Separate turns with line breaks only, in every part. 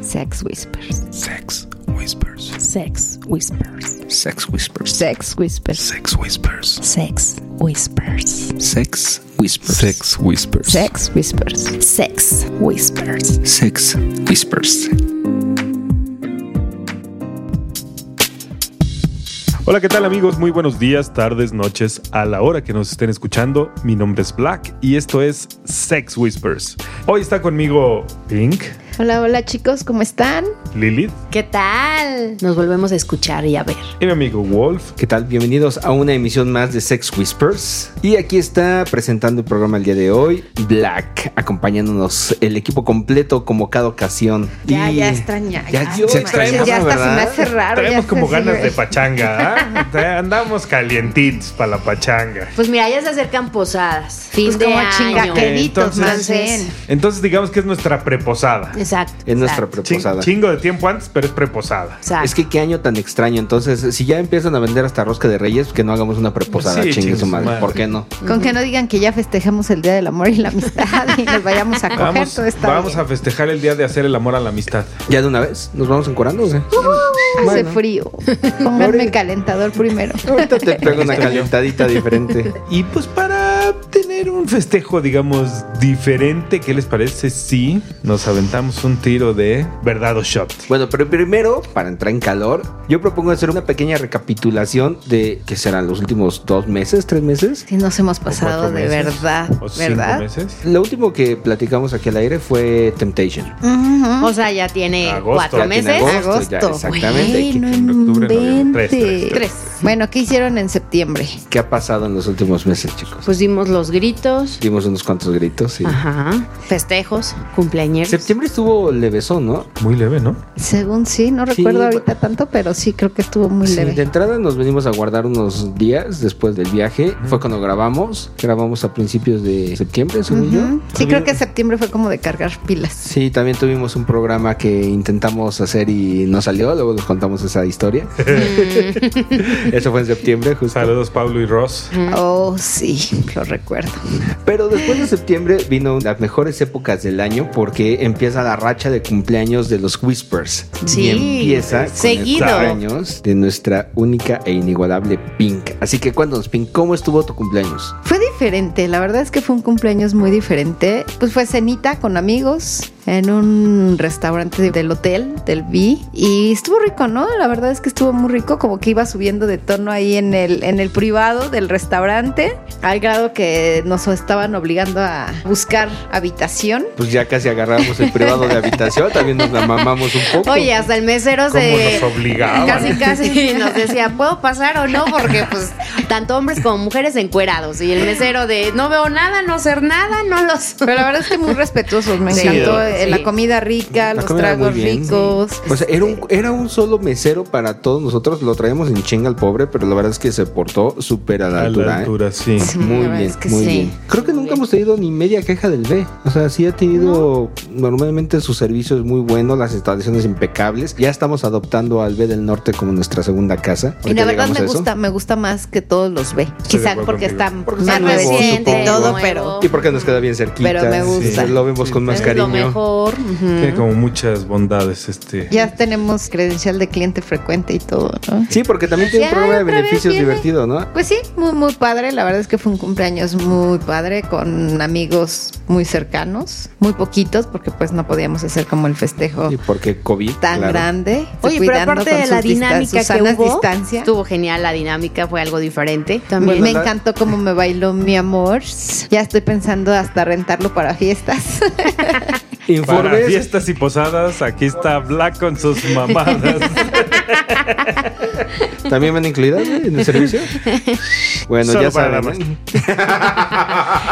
Sex Whispers.
Sex Whispers.
Sex Whispers.
Sex Whispers.
Sex Whispers.
Sex Whispers.
Sex Whispers.
Sex Whispers.
Sex Whispers.
Sex Whispers.
Sex Whispers.
Sex Whispers.
Hola, ¿qué tal amigos? Muy buenos días, tardes, noches, a la hora que nos estén escuchando. Mi nombre es Black y esto es Sex Whispers. Hoy está conmigo Pink,
Hola, hola chicos, ¿cómo están?
Lilith
¿Qué tal? Nos volvemos a escuchar y a ver.
y mi amigo Wolf.
¿Qué tal? Bienvenidos a una emisión más de Sex Whispers. Y aquí está presentando el programa el día de hoy, Black, acompañándonos el equipo completo como cada ocasión.
Ya,
Y-
ya extraña.
Ya,
ya,
yo
ya,
extraño,
ya hasta se
¿verdad?
me hace raro. ya
Traemos
hasta
como
se
ganas
me-
de pachanga, ¿ah? Te- Andamos calientitos para la pachanga.
Pues mira, ya se acercan posadas. Fin
Pues
de
como
año.
Entonces-
chingaqueritos, más bien.
Entonces digamos que es nuestra preposada.
Exacto.
Es nuestra
exacto,
Chin-
preposada.
chingo de tiempo antes, pero es preposada.
exacto.
Es que qué año tan extraño. Entonces, si ya empiezan a vender hasta rosca de reyes, que no hagamos una preposada,
Sí,
chingue, su madre.
madre.
¿Por qué no?
Con que no digan que ya festejamos el Día del Amor y la Amistad y nos vayamos a coger
Vamos,
todo está
vamos
bien.
a festejar el día de hacer el amor a la amistad.
¿Ya de una vez? ¿Nos vamos encurando? o qué?
Hace
Bueno.
frío. Pónganme calentador primero.
Ahorita te pego una calentadita diferente.
Y pues para tener un festejo, digamos, diferente, ¿qué les parece si nos aventamos un tiro de verdad o shot?
Bueno, pero primero, para entrar en calor, yo propongo hacer una pequeña recapitulación de, ¿qué serán los últimos dos meses, tres meses?
Si nos hemos pasado
cuatro
de
meses,
verdad,
¿O cinco
¿verdad?
meses?
Lo último que platicamos aquí al aire fue Temptation.
Ujú.
o sea, ya tiene
Agosto.
cuatro
Ya
tiene
meses.
agosto, ya,
Agosto.
exactamente.
Güey,
¿Qué-
no
octubre, noviembre. Tres,
inventes.
tres,
Bueno, ¿qué hicieron en septiembre?
¿Qué ha pasado en los últimos meses, chicos?
Pues dimos los gritos.
Dimos unos cuantos gritos y...
Ajá. Festejos. Cumpleaños.
Septiembre estuvo levesón, ¿no?
Muy leve, ¿no?
Según sí, no
Sí,
recuerdo
bu-
ahorita tanto, pero sí creo que estuvo muy
Sí, de
leve.
entrada nos venimos a guardar unos días después del viaje. Fue cuando grabamos. Grabamos a principios de septiembre, según
Ujú.
yo.
Sí, creo que septiembre fue como de cargar pilas.
Sí, también tuvimos un programa que intentamos hacer y no salió. Luego les contamos esa historia. Eso fue en septiembre, justo.
Saludos Pablo y Ross.
Oh, sí, lo recuerdo.
Pero después de septiembre vino las mejores épocas del año porque empieza la racha de cumpleaños de los Whispers.
Sí,
Y empieza con
seguido.
el cumpleaños de nuestra única e inigualable Pink. Así que cuéntanos, Pink, ¿cómo estuvo tu cumpleaños?
Fue diferente, la verdad es que fue un cumpleaños muy diferente. Pues fue cenita con amigos en un restaurante de- del hotel, del B, y estuvo rico, ¿no? La verdad es que estuvo muy rico, como que iba subiendo de tono ahí en el, en el privado del restaurante, al grado que nos estaban obligando a buscar habitación.
Pues ya casi agarramos el privado de habitación, también nos la mamamos un poco.
Oye, hasta el mesero
¿Cómo
se.
nos obligaban?
Casi, casi nos decía, ¿puedo pasar o no? Porque, pues, tanto hombres como mujeres encuerados. Y el mesero de, no veo nada, no hacer nada, no los.
Pero la verdad es que muy respetuosos, me
Sí,
encantó
sí.
eh, la comida rica,
La
los
comida muy
tragos
bien. Pues,
ricos.
O sea, era un, era un solo mesero para todos nosotros. Lo traíamos en chinga al pobre, pero la verdad es que se portó súper a la
A
altura.
la
¿eh?
altura, sí.
Sí, la
Muy
verdad
bien,
es que
muy
sí.
bien. Creo que
Muy
nunca
bien.
hemos tenido ni media queja del B. O sea, sí ha tenido normalmente su servicio es muy bueno, las instalaciones impecables. Ya estamos adoptando al B del Norte como nuestra segunda casa.
Y la
Ahorita
verdad
llegamos
me
a eso.
gusta, me gusta más que todos los ve.
Estoy de
Quizá
acuerdo
porque
contigo.
están
Porque
más
está nuevo,
reciente y
supongo.
todo,
Nuevo.
pero
Y porque nos queda bien cerquita.
Pero me gusta.
Lo vemos con más
Es
cariño.
lo mejor. ujú.
Tiene como muchas bondades este.
ya tenemos credencial de cliente frecuente y todo, ¿no?
Sí, porque también tiene un
Ya,
programa de
otra vez
beneficios
viene.
divertido, ¿no?
Pues sí, muy, muy padre. La verdad es que fue un cumpleaños muy padre con amigos muy cercanos, muy poquitos, porque pues no podíamos hacer como el festejo
Y porque COVID.
tan
claro.
grande.
Oye, pero
cuidando
aparte
con
de
sus
la
distan-
dinámica
sus
que
sanas
hubo,
distancia.
estuvo genial la dinámica, fue algo diferente también.
me
la-
encantó cómo me bailó mi amor. Ya estoy pensando hasta rentarlo para fiestas.
Para
Informes.
fiestas y posadas, aquí está Black con sus mamadas.
¿También van incluidas eh, en el servicio? Bueno,
Solo
ya
para
saben.
damas.
¿eh?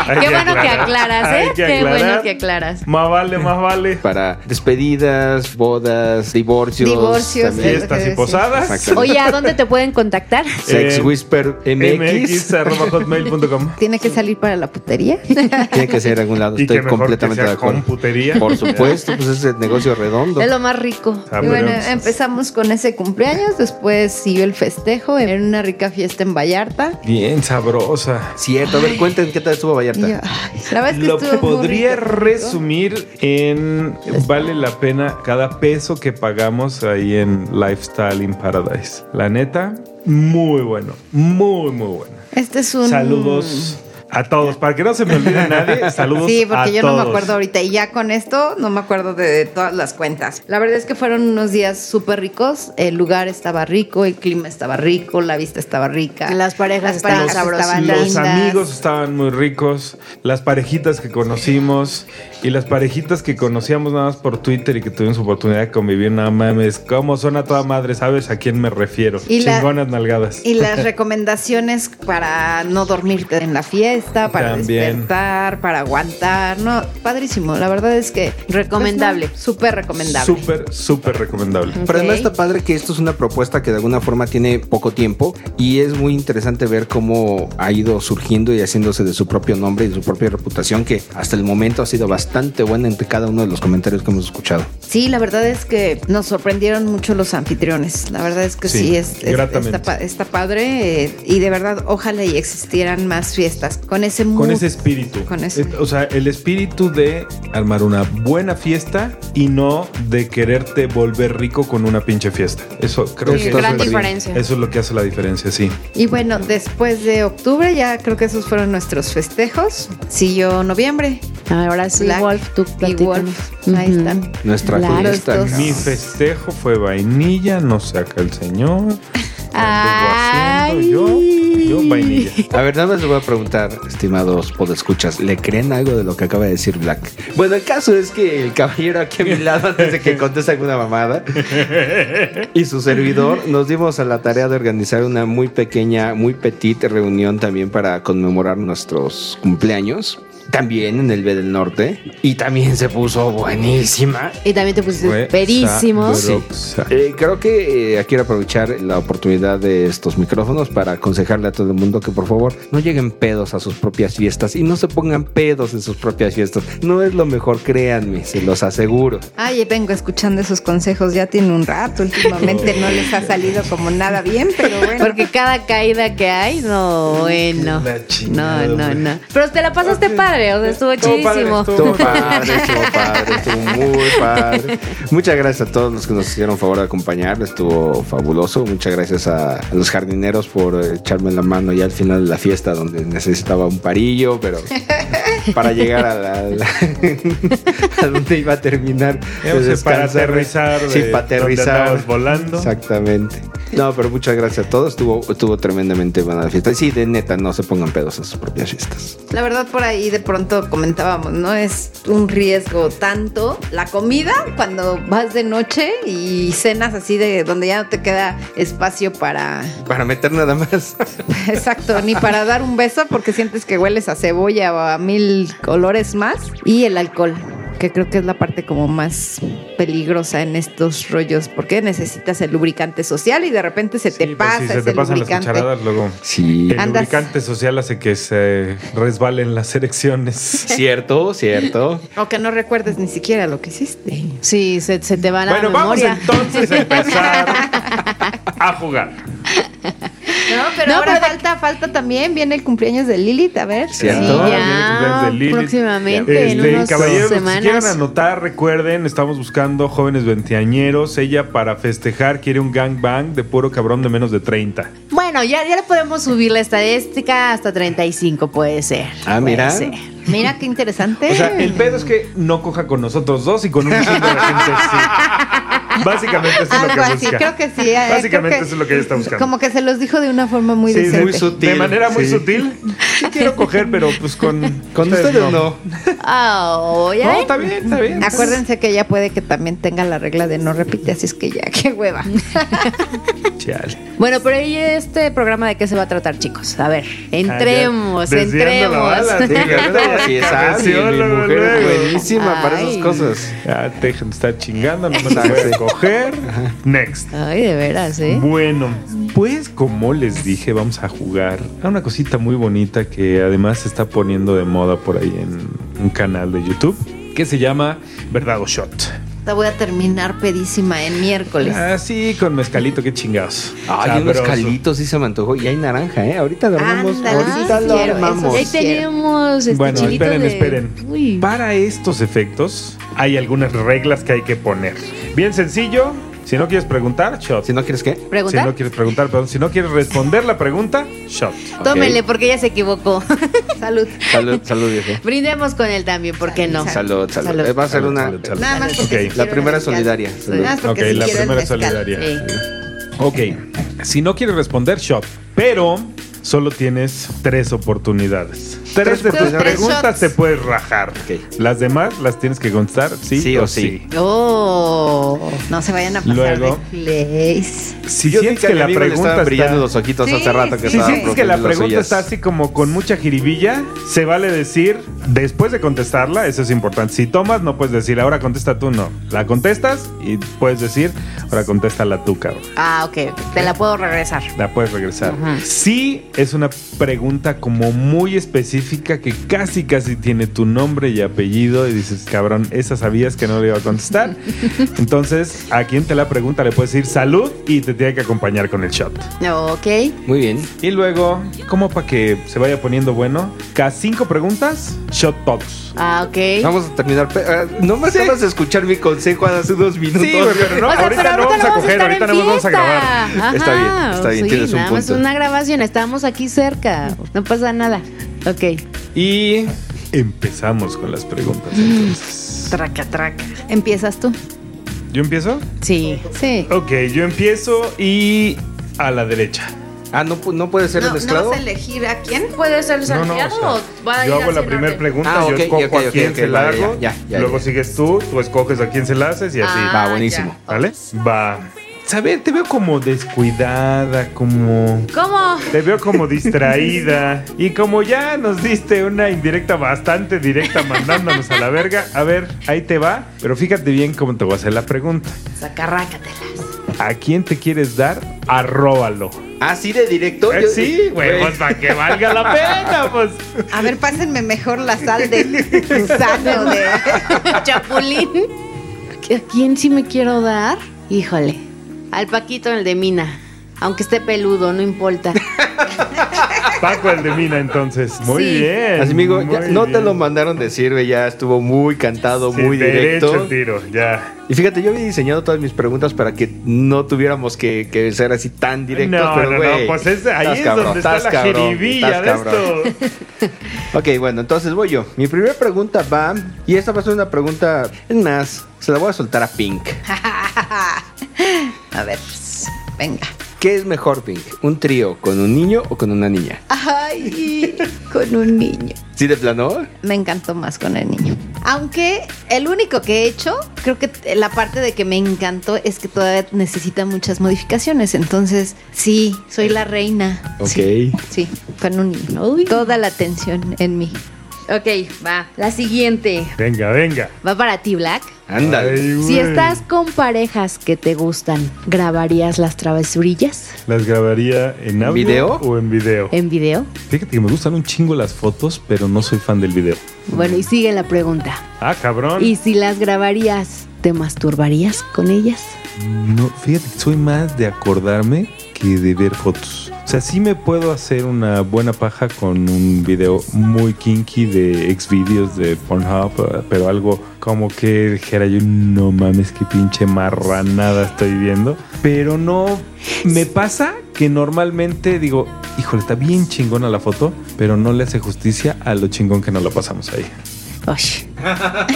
Hay
Qué bueno que
aclarar.
aclaras,
Hay
¿eh?
que
Qué bueno
aclarar.
que aclaras.
Más vale, más vale.
Para despedidas, bodas, divorcios.
Divorcios,
también.
es lo que
Fiestas y
decía.
posadas.
Exactamente.
Oye, ¿a dónde te pueden contactar?
Sex
Eh,
Whisper MX.
mx arroba hotmail punto com.
Tiene que salir para la putería.
Tiene que ser en algún lado.
Y que
Estoy
mejor
completamente
que
de
sea
acuerdo.
computería.
Por supuesto, pues es el negocio redondo.
Es lo más rico.
Ah,
Y bueno, em-
bueno.
empezamos con ese cumpleaños. años. Después siguió el festejo en una rica fiesta en Vallarta.
Bien sabrosa.
Cierto, a ver, cuenten qué tal estuvo
Y yo,
Vallarta.
ay, la verdad es que
Lo
estuvo muy
podría
rico, rico.
resumir en vale la pena cada peso que pagamos ahí en Lifestyle in Paradise. La neta, muy bueno, muy, muy bueno.
Este es un.
Saludos a todos. Para que no se me olvide nadie, saludos.
Sí, porque
a
yo no me
todos.
acuerdo ahorita. Y ya con esto no me acuerdo de, de todas las cuentas. La verdad es que fueron unos días súper ricos. El lugar estaba rico, el clima estaba rico, la vista estaba rica.
Las parejas
Las
estaban
parejas
sabrosas.
estaban
Los
lindas.
amigos estaban muy ricos, las parejitas que conocimos y las parejitas que conocíamos nada más por Twitter y que tuvimos oportunidad de convivir, nada mames, cómo son a toda madre, ¿sabes a quién me refiero?
Y la-
Chingonas nalgadas.
Y las recomendaciones para no dormirte en la fiesta, para
También.
despertar, para aguantar. No, padrísimo. La verdad es que.
Recomendable.
pues, no, Súper recomendable.
Súper, súper recomendable.
Ok.
Pero además está padre que esto es una propuesta que de alguna forma tiene poco tiempo y es muy interesante ver cómo ha ido surgiendo y haciéndose de su propio nombre y de su propia reputación que hasta el momento ha sido bastante buena entre cada uno de los comentarios que hemos escuchado.
Sí, la verdad es que nos sorprendieron mucho los anfitriones. La verdad es que sí,
Sí,
es, es-
gratamente.
está, pa- está padre eh, y de verdad ojalá y existieran más fiestas con ese mood.
Con ese espíritu.
Con ese-
Es- O sea, el espíritu de armar una buena fiesta y no de quererte volver rico con una pinche fiesta. Eso creo
Sí,
que
gran
eso es-
diferencia.
eso es lo que hace la diferencia, sí.
Y bueno, después de octubre ya creo que esos fueron nuestros festejos. Siguió noviembre.
Ah, Ahora sí,
Black
Wolf, tú
y
platícanos.
Wolf, ahí
Ujú.
están.
Nuestra
Claro,
fiesta.
estos-
cabrón.
Mi festejo fue vainilla, no saca el señor.
Ay.
Anduvo haciendo Yo, yo vainilla.
A ver, nada más le voy a preguntar, estimados podescuchas, ¿le creen algo de lo que acaba de decir Black? Bueno, el caso es que el caballero aquí a mi lado, antes de que conteste alguna mamada, y su servidor, nos dimos a la tarea de organizar una muy pequeña, muy petite reunión también para conmemorar nuestros cumpleaños. También en el B del Norte. Y también se puso buenísima.
Y también te pusiste
Fue
perísimo.
sabrosa.
Eh, creo que eh, quiero aprovechar la oportunidad de estos micrófonos para aconsejarle a todo el mundo que por favor no lleguen pedos a sus propias fiestas y no se pongan pedos en sus propias fiestas. No es lo mejor, créanme, se los aseguro.
Ay, vengo escuchando esos consejos ya tiene un rato. Últimamente no les ha salido como nada bien, pero bueno.
Porque cada caída que hay, no, bueno. No, no, no. Pero te la pasaste padre, o sea, estuvo
Estuvo padre,
chidísimo.
estuvo
Estuvo padre, estuvo padre, estuvo muy padre. Muchas gracias a todos los que nos hicieron favor de acompañar, estuvo fabuloso. Muchas gracias a, a los jardineros por echarme la mano ya al final de la fiesta donde necesitaba un parillo, pero para llegar a, la, a la- a donde iba a terminar. de
Vamos a- para
descansar.
aterrizar.
Sí,
de
para
donde
aterrizar.
andabas volando.
Exactamente. No, pero muchas gracias a todos. Estuvo, estuvo tremendamente buena la fiesta. Y sí, de neta, no se pongan pedos en sus propias fiestas.
La verdad por ahí de pronto comentábamos, ¿no? Es un riesgo tanto la comida cuando vas de noche y cenas así de donde ya no te queda espacio para,
Para meter nada más.
exacto, ni para dar un beso porque sientes que hueles a cebolla o a mil colores más y el alcohol que creo que es la parte como más peligrosa en estos rollos porque necesitas el lubricante social y de repente se te
Sí, pues,
pasa
si se
ese
te pasan las
lubricante.
cucharadas, luego.
Sí.
El
Andas-
lubricante social hace que se resbalen las erecciones.
Cierto, cierto.
o que no recuerdes ni siquiera lo que hiciste.
Sí, se, se te van a la
Bueno, vamos
memoria.
entonces a empezar a jugar.
No, pero
No,
ahora
pero de-
falta, falta también. Viene el cumpleaños de Lilith, a ver.
Sí. ¿Cierto?
Sí,
Ah,
viene
ya.
el cumpleaños de Lilith.
próximamente, en
Este,
unas
caballeros, si
semanas.
quieren anotar, recuerden, estamos buscando jóvenes veinteañeros. Ella para festejar quiere un gangbang de puro cabrón de menos de 30.
Bueno, ya, ya le podemos subir la estadística hasta 35, puede ser.
Ah, mira.
Puede ser.
Mira qué interesante.
O sea, el pedo es que no coja con nosotros dos y con un chingo de gente sí. Básicamente eso es lo
Algo
que
así,
busca.
creo que Ah, sí. eh, creo
Básicamente
que-
eso es lo que ella está buscando.
Como que se los dijo de una forma muy
Sí, de-
decente.
de manera muy sutil. Sí quiero coger, pero pues con
Con ustedes no.
Oh, ya
No,
ven.
está bien, está bien.
Acuérdense que ella puede que también tenga la regla de no repite, así es que ya, qué hueva.
Chale.
Bueno, pero ¿y este programa de qué se va a tratar, chicos? A ver, entremos,
Ah, ya. Ah, Desviando la
entremos.
bala, sí, ¿verdad?
Así es, hábil,
Cabeceó
mi
luego,
mujer es
luego.
buenísima para
Ay.
esas cosas.
Ya Ah, te está chingando, no me la puedes coger. Next.
Ay, de veras, ¿eh?
Bueno, pues como les dije, vamos a jugar a una cosita muy bonita que además se está poniendo de moda por ahí en un canal de YouTube que se llama Verdad o Shot.
Te voy a terminar pedísima en miércoles.
Ah, sí, con mezcalito, qué chingados.
Ay, unos
Sabroso.
calitos sí se me antojó. Y hay naranja, ¿eh? Ahorita lo armamos.
Ándale,
ahorita
sí
lo
quiero, eso
armamos.
sí.
Ahí tenemos este
Bueno,
chilito
esperen,
de-
esperen.
Uy.
Para estos efectos hay algunas reglas que hay que poner. Bien sencillo, si no quieres preguntar, shot.
Si no quieres qué.
Si
¿Preguntar?
no quieres preguntar, perdón, si no quieres responder la pregunta, shot.
Tómele porque ya se equivocó. Salud.
Salud, salud, viejo.
Brindemos con él también, ¿por qué no?
Salud, salud.
Salud.
Eh, Va a ser
Salud,
una.
salud, Ah, salud.
Nada más porque
Ok.
sí
La
quiero
primera
mezcal.
solidaria.
Nada más porque
Ok,
sí
la
quiero el
primera
mezcal.
solidaria.
Sí.
Ok, si no quieres responder, shot. Pero solo tienes tres oportunidades. Tres de tus
oportunidades.
preguntas te puedes rajar.
Ok.
Las demás las tienes que contestar sí,
Sí
o
o sí.
sí.
Oh.
No se vayan a pasar
Luego-
de place.
Si
Yo vi
sientes que
a mi
la
amigo le
pregunta
estaban
está...
brillando los ojitos
Sí,
hace rato que
sí,
Si
estaba
sientes que la
proponiendo
pregunta
las
está
suyas.
así como con mucha jiribilla, se vale decir después de contestarla, eso es importante. Si tomas, no puedes decir, ahora contesta tú, no. La contestas y puedes decir, ahora contéstala tú, cabrón.
Ah, ok. Te la puedo regresar.
La puedes regresar.
Ajá.
Sí, es una pregunta como muy específica que casi casi tiene tu nombre y apellido y dices, cabrón, esa sabías que no le iba a contestar. Entonces, a quien te la pregunta le puedes decir salud y te tiene que acompañar con el shot.
Ok.
Muy bien.
Y luego, como para que se vaya poniendo bueno, cada cinco preguntas, shot todos.
Ah, ok.
Vamos a terminar. pe- ah, no me acabas de escuchar mi consejo hace unos minutos.
Sí, güey, pero no,
O sea,
ahorita
pero
no vamos a coger,
estar
ahorita
en
no nos vamos a
fiesta.
grabar.
Está bien, está bien,
sí,
tienes un
nada más
punto.
una grabación, estamos aquí cerca, no pasa nada. Ok.
Y empezamos con las preguntas. Entonces.
Traca, traca.
¿Empiezas tú?
¿Yo empiezo?
Sí.
Sí.
Ok, yo empiezo y a la derecha.
Ah, no, pu- no puede ser
No,
el
no
mezclado.
vas a elegir a quién.
¿Puede ser
No, no, o sea, yo hago la primera pregunta,
Ah,
yo
ok,
escojo
ok,
a
ok,
quién
ok,
se la
vale, ya,
hago,
ya, ya,
luego
ya.
sigues tú, tú escoges a quién se la haces y así.
Ah,
Va, buenísimo.
¿Vale? Va. Saber, te veo como descuidada, como
¿Cómo?
Te veo como distraída. Y como ya nos diste una indirecta bastante directa mandándonos a la verga, a ver, ahí te va. Pero fíjate bien cómo te voy a hacer la pregunta.
Sacarrácatelas.
¿A quién te quieres dar? Arróbalo.
Así Ah, de directo.
Eh,
yo-
sí, güey, pues para que valga la pena, pues.
A ver, pásenme mejor la sal de gusano de...
Chapulín. ¿A quién sí me quiero dar? Híjole. Al Paquito, el de Mina. Aunque esté peludo, no importa.
Paco el de Mina, entonces. Muy
Sí.
bien.
Así, amigo, ya-
muy
no te
bien.
lo mandaron decir, güey, ya estuvo muy cantado,
Sí,
muy
derecho
directo.
el tiro, ya.
Y fíjate, yo había diseñado todas mis preguntas para que no tuviéramos que, que ser así tan directos.
no,
pero,
no,
güey,
no, pues es- ahí
estás
es
cabrón,
donde está
estás
la
cabrón,
jiribilla
estás
de
cabrón.
esto.
Ok, bueno, entonces voy yo. Mi primera pregunta va, y esta va a ser una pregunta, es más, se la voy a soltar a Pink.
A ver, venga.
¿Qué es mejor, Pink? ¿Un trío con un niño o con una niña?
Ay, con un niño.
¿Sí de plano?
Me encantó más con el niño. Aunque el único que he hecho, creo que la parte de que me encantó es que todavía necesita muchas modificaciones. Entonces, sí, soy la reina.
Ok.
Sí, sí, con un niño.
Uy.
Toda la atención en mí.
Ok, va. La siguiente.
Venga, venga.
Va para ti, Black.
Ándale.
Ay,
Si
güey.
estás con parejas que te gustan, ¿grabarías las travesurillas
Las grabaría en audio
¿Video?
o en video.
en video?
Fíjate que me gustan un chingo las fotos, pero no soy fan del video.
Bueno, y sigue la pregunta.
Ah, cabrón.
¿Y si las grabarías, te masturbarías con ellas?
No, fíjate que soy más de acordarme que de ver fotos. O sea, sí me puedo hacer una buena paja con un video muy kinky de ex vídeos de Pornhub, eh, pero algo como que dijera yo, no mames, qué pinche marranada estoy viendo. Pero no, me pasa que normalmente digo, híjole, está bien chingona la foto, pero no le hace justicia a lo chingón que nos la pasamos ahí.
Ush.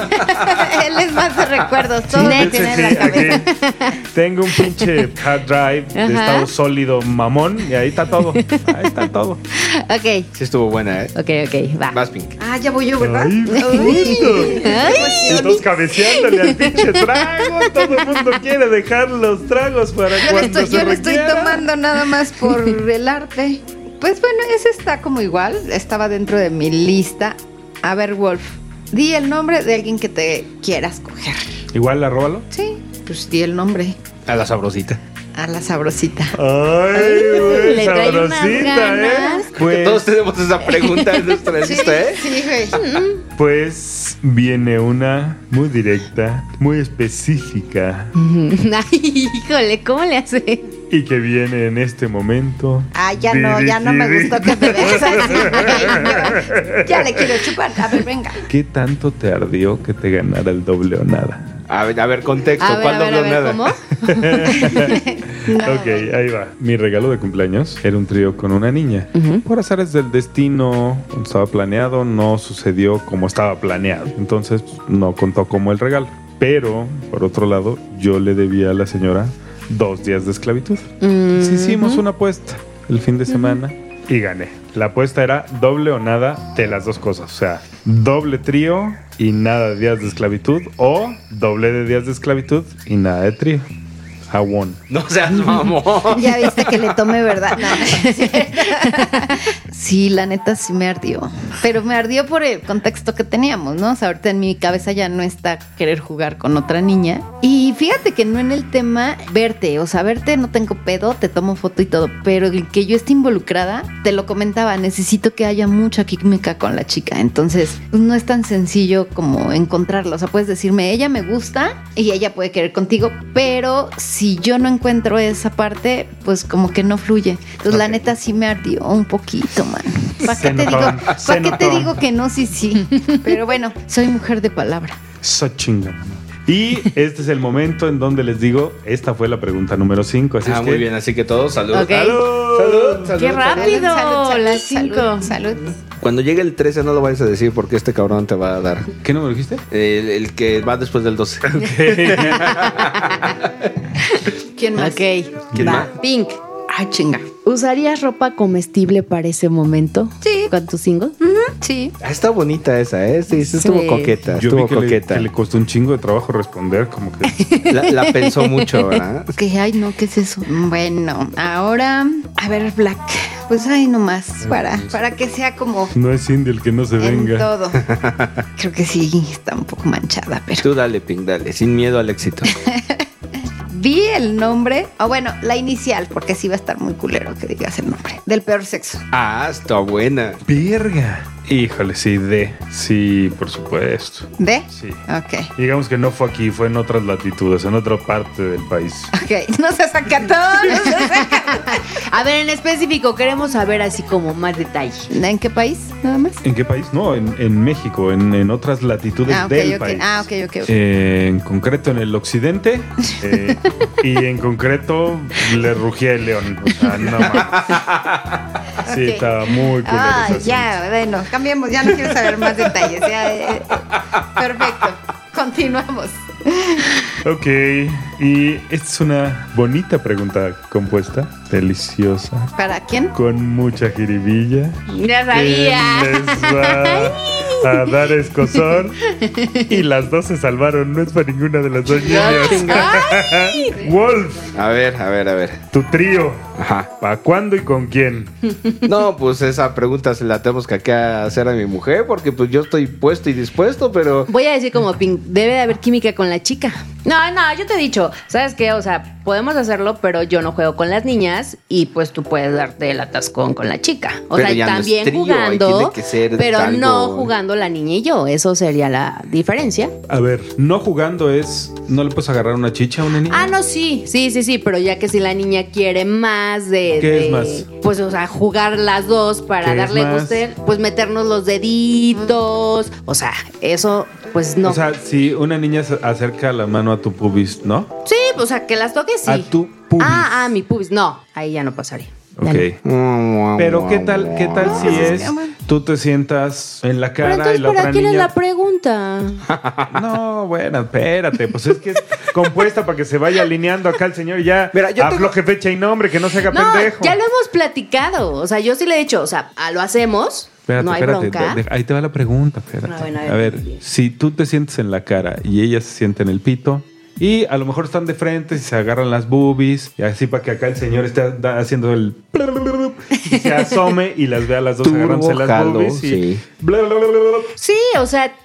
Él es más de recuerdos.
Sí,
Todo lo
sí,
tiene en
sí,
la cabeza.
aquí Tengo un pinche hard drive de
Ajá.
estado sólido mamón y ahí está todo. Ahí está todo.
Ok,
Sí estuvo buena, ¿eh?
ok, ok, va.
Más Pink.
Ah, ya voy yo, ¿verdad?
Ay, puto. Estás Pues, cabeceándole al pinche trago. Todo el mundo quiere dejar los tragos para
Yo le
cuando
estoy,
se
yo le estoy
requiera.
tomando nada más por el arte. Pues bueno, ese está como igual. Estaba dentro de mi lista. A ver, Wolf, di el nombre de alguien que te quieras coger.
Igual, arróbalo.
Sí, pues di el nombre.
A la sabrosita.
a la sabrosita.
Ay, güey,
Le trae unas
sabrosita, ¿eh?
ganas.
Que
Pues,
todos tenemos esa pregunta en nuestra lista, ¿eh?
Sí, güey.
pues viene una muy directa, muy específica
Ay, híjole, ¿cómo le hace?
y que viene en este momento.
Ay, Ah, ya no, ya no me gustó que me veas así. güey. Ya le quiero chupar. A ver, venga.
¿Qué tanto te ardió que te ganara el doble o nada?
A ver, a ver, contexto.
A ver,
¿Cuál
a ver, a
dobló
ver,
nada?
¿cómo?
Ok, ahí va. Mi regalo de cumpleaños era un trío con una niña. Por azares del destino, como estaba planeado, no sucedió como estaba planeado. Entonces pues, no contó como el regalo. Pero, por otro lado, yo le debía a la señora dos días de esclavitud. Entonces, hicimos una apuesta el fin de semana y gané. La apuesta era doble o nada de las dos cosas. O sea, doble trío y nada de días de esclavitud o doble de días de esclavitud y nada de trío. I won.
No seas mamón.
Ya viste que le tomé verdad. No, no es cierto. sí, la neta sí me ardió. Pero me ardió por el contexto que teníamos, ¿no? O sea, ahorita en mi cabeza ya no está querer jugar con otra niña. Y fíjate que no en el tema verte, o sea, verte no tengo pedo, te tomo foto y todo. Pero el que yo esté involucrada, te lo comentaba, necesito que haya mucha química con la chica. Entonces, pues, no es tan sencillo como encontrarla. O sea, puedes decirme, ella me gusta y ella puede querer contigo, pero si yo no encuentro esa parte, pues como que no fluye. Entonces, la
Ok.
neta sí me ardió un poquito, man. ¿Para
Se
qué, te
notó,
digo,
se
¿Para qué te
notó.
digo que no? Sí, sí. Pero bueno, soy mujer de palabra.
So chingón. Y este es el momento en donde les digo, esta fue la pregunta número 5, así
Ah,
es que
muy bien, así que todos, salud.
Ok.
¡Salud!
Salud, salud.
Qué rápido,
salud,
las cinco.
Salud.
Cuando llegue el 13 no lo vayas a decir porque este cabrón te va a dar.
¿Qué número dijiste?
El, el que va después del 12.
¿Quién más?
Ok.
¿Quién
va.
más?
Pink.
Ah, chinga.
¿Usarías ropa comestible para ese momento?
Sí.
¿Con tu single?
Sí.
Ah, está bonita esa, ¿eh? Sí, sí, estuvo
Sí.
coqueta.
Yo vi
estuvo
que le,
coqueta.
que le costó un chingo de trabajo responder, como que
La, la pensó mucho, ¿verdad?
Que, ay, no, ¿qué es eso? Bueno, ahora, a ver, Black. Pues ay, nomás, para, para que sea como
no es Cindy el que no se
en
venga.
todo. Creo que sí, está un poco manchada, pero.
Tú dale, Pink, dale. Sin miedo al éxito.
Vi el nombre, o bueno, la inicial, porque sí va a estar muy culero que digas el nombre, del peor sexo.
Ah, está buena.
Verga. Híjole, sí, D. Sí, por supuesto.
¿De?
Sí.
Ok.
Digamos que no fue aquí, fue en otras latitudes, en otra parte del país.
Ok, no se saca todo. no se saca.
A ver, en específico, queremos saber así como más detalle.
¿En qué país? Nada más.
¿En qué país? No, en, en México, en, en otras latitudes
Ah, ok,
del
ok.
país.
Ah, ok, ok, ok.
Eh, en concreto en el occidente eh, y en concreto le rugía el león. O sea, no mames. Sí,
Ok.
estaba muy culero.
Ah,
ese asunto.
ya, bueno, cambiemos, ya no quiero saber más detalles. ya, eh, perfecto, continuamos.
Ok, y esta es una bonita pregunta compuesta, deliciosa,
¿Para quién?
con mucha jiribilla.
Ya
que
Em,
sabía.
les va a dar escozor y las dos se salvaron, no es para ninguna de las dos niñas. Wolf,
A ver, a ver, a ver.
tu trío,
Ajá.
¿para cuándo y con quién?
No, pues esa pregunta se la tenemos que acá hacer a mi mujer porque pues yo estoy puesto y dispuesto, pero
Voy a decir como Pink, debe de haber química con la chica. No, no, yo te he dicho, ¿sabes qué? O sea, podemos hacerlo, pero yo no juego con las niñas y pues tú puedes darte el atascón con la chica. O
Pero
sea, y
ya no es
también
trío, ahí tiene
jugando,
que ser
pero
algo-
no jugando la niña y yo. Eso sería la diferencia.
A ver, no jugando es, no le puedes agarrar una chicha a una niña.
Ah, no, sí, sí, sí, sí, pero ya que si la niña quiere más de...
¿Qué es
de-
más?
Pues, o sea, jugar las dos para
¿Qué es
darle
más?
gusto, pues meternos los deditos, o sea, eso, pues no.
O sea, si una niña se acerca la mano a tu pubis, ¿no?
sí, pues, o sea, que las toques sí.
A tu pubis.
Ah, ah, mi pubis, no, ahí ya no pasaría. Ya no. pues
Ok. Pero qué tal, qué tal si es tú te sientas en la
Pero
cara y
entonces,
la otra
¿para quién es
niña
la pregunta?
No, bueno, espérate, pues es que es compuesta para que se vaya alineando acá el señor y ya
Mira, yo
afloje fecha y nombre, que no se haga
No,
pendejo.
ya lo hemos platicado, o sea, yo sí le he dicho, o sea, ah, lo hacemos,
Espérate,
no hay
espérate,
bronca.
de- de- ahí te va la pregunta, espérate.
Ah, bueno,
a,
a
ver.
ver.
si tú te sientes en la cara y ella se siente en el pito y a lo mejor están de frente y se agarran las boobies y así para que acá el señor esté da- haciendo el y se asome y las vea las dos
Turbo
agarrándose las
jalo,
boobies y
sí.
Sí, o sea,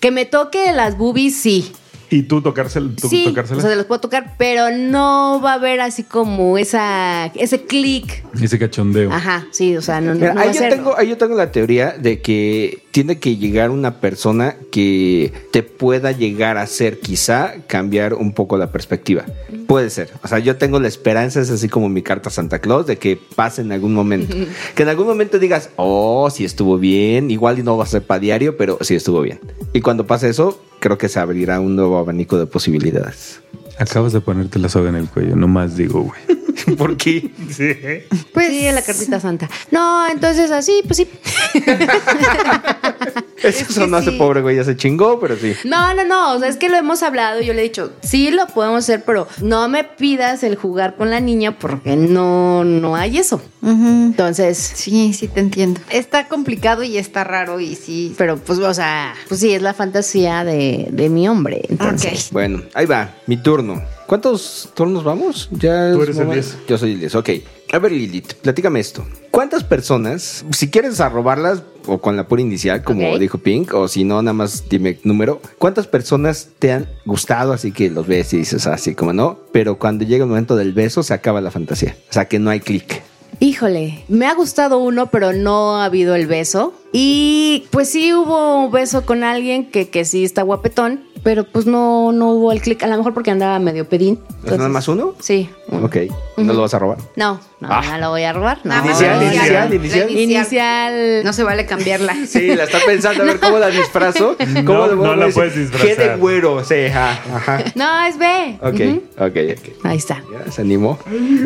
que me toque las boobies, sí.
¿Y tú tocársela? Tú
sí,
tocársela?
o sea, se los puedo tocar, pero no va a haber así como esa, ese clic.
Ese cachondeo.
Ajá, sí, o sea, no, no
Mira,
va
ahí,
a
yo
ser-
tengo, ahí yo tengo la teoría de que tiene que llegar una persona que te pueda llegar a hacer quizá cambiar un poco la perspectiva. Puede ser. O sea, yo tengo la esperanza, es así como mi carta a Santa Claus, de que pase en algún momento. Que en algún momento digas, oh, sí estuvo bien, igual y no va a ser para diario, pero sí estuvo bien. Y cuando pase eso, creo que se abrirá un nuevo abanico de posibilidades.
Acabas de ponerte la soga en el cuello, nomás digo, güey.
¿Por qué?
Pues
Sí, la cartita santa. No, entonces así, pues sí.
Eso
que
no hace
sí.
pobre, güey, ya se chingó, pero sí.
No, no, no. O sea, es que lo hemos hablado. Yo le he dicho, sí lo podemos hacer, pero no me pidas el jugar con la niña porque no, no hay eso.
Ujú.
Entonces,
Sí, sí te entiendo. Está complicado y está raro y sí.
pero pues, o sea, pues sí, es la fantasía de, de mi hombre. Entonces,
Bueno, ahí va, mi turno. ¿Cuántos turnos vamos? Ya
Tú
es
eres el
momento.
10.
Yo soy el 10, ok. A ver, Lilith, platícame esto. ¿Cuántas personas, si quieres arrobarlas o con la pura inicial, como
Ok.
dijo Pink, o si no, nada más dime número, ¿cuántas personas te han gustado así que los ves y dices así como no? Pero cuando llega el momento del beso se acaba la fantasía. O sea que no hay clic.
híjole, me ha gustado uno, pero no ha habido el beso. Y pues sí hubo un beso con alguien que, que sí está guapetón, pero pues no, no hubo el clic. A lo mejor porque andaba medio pedín.
¿Es nada más uno? Ah.
Sí.
Ok, ¿no lo vas a robar?
No, no, no lo voy a robar. No,
Inicial,
no,
inicial,
no.
inicial.
Inicial.
No se vale cambiarla.
Sí, la está pensando a ver cómo la disfrazo. ¿Cómo
No,
le voy a
no la
decir,
puedes
Qué de
disfrazar.
güero, sí, ajá, ajá.
No, es B.
Ok,
Ujú.
ok, ok.
Ahí está.
Ya se animó.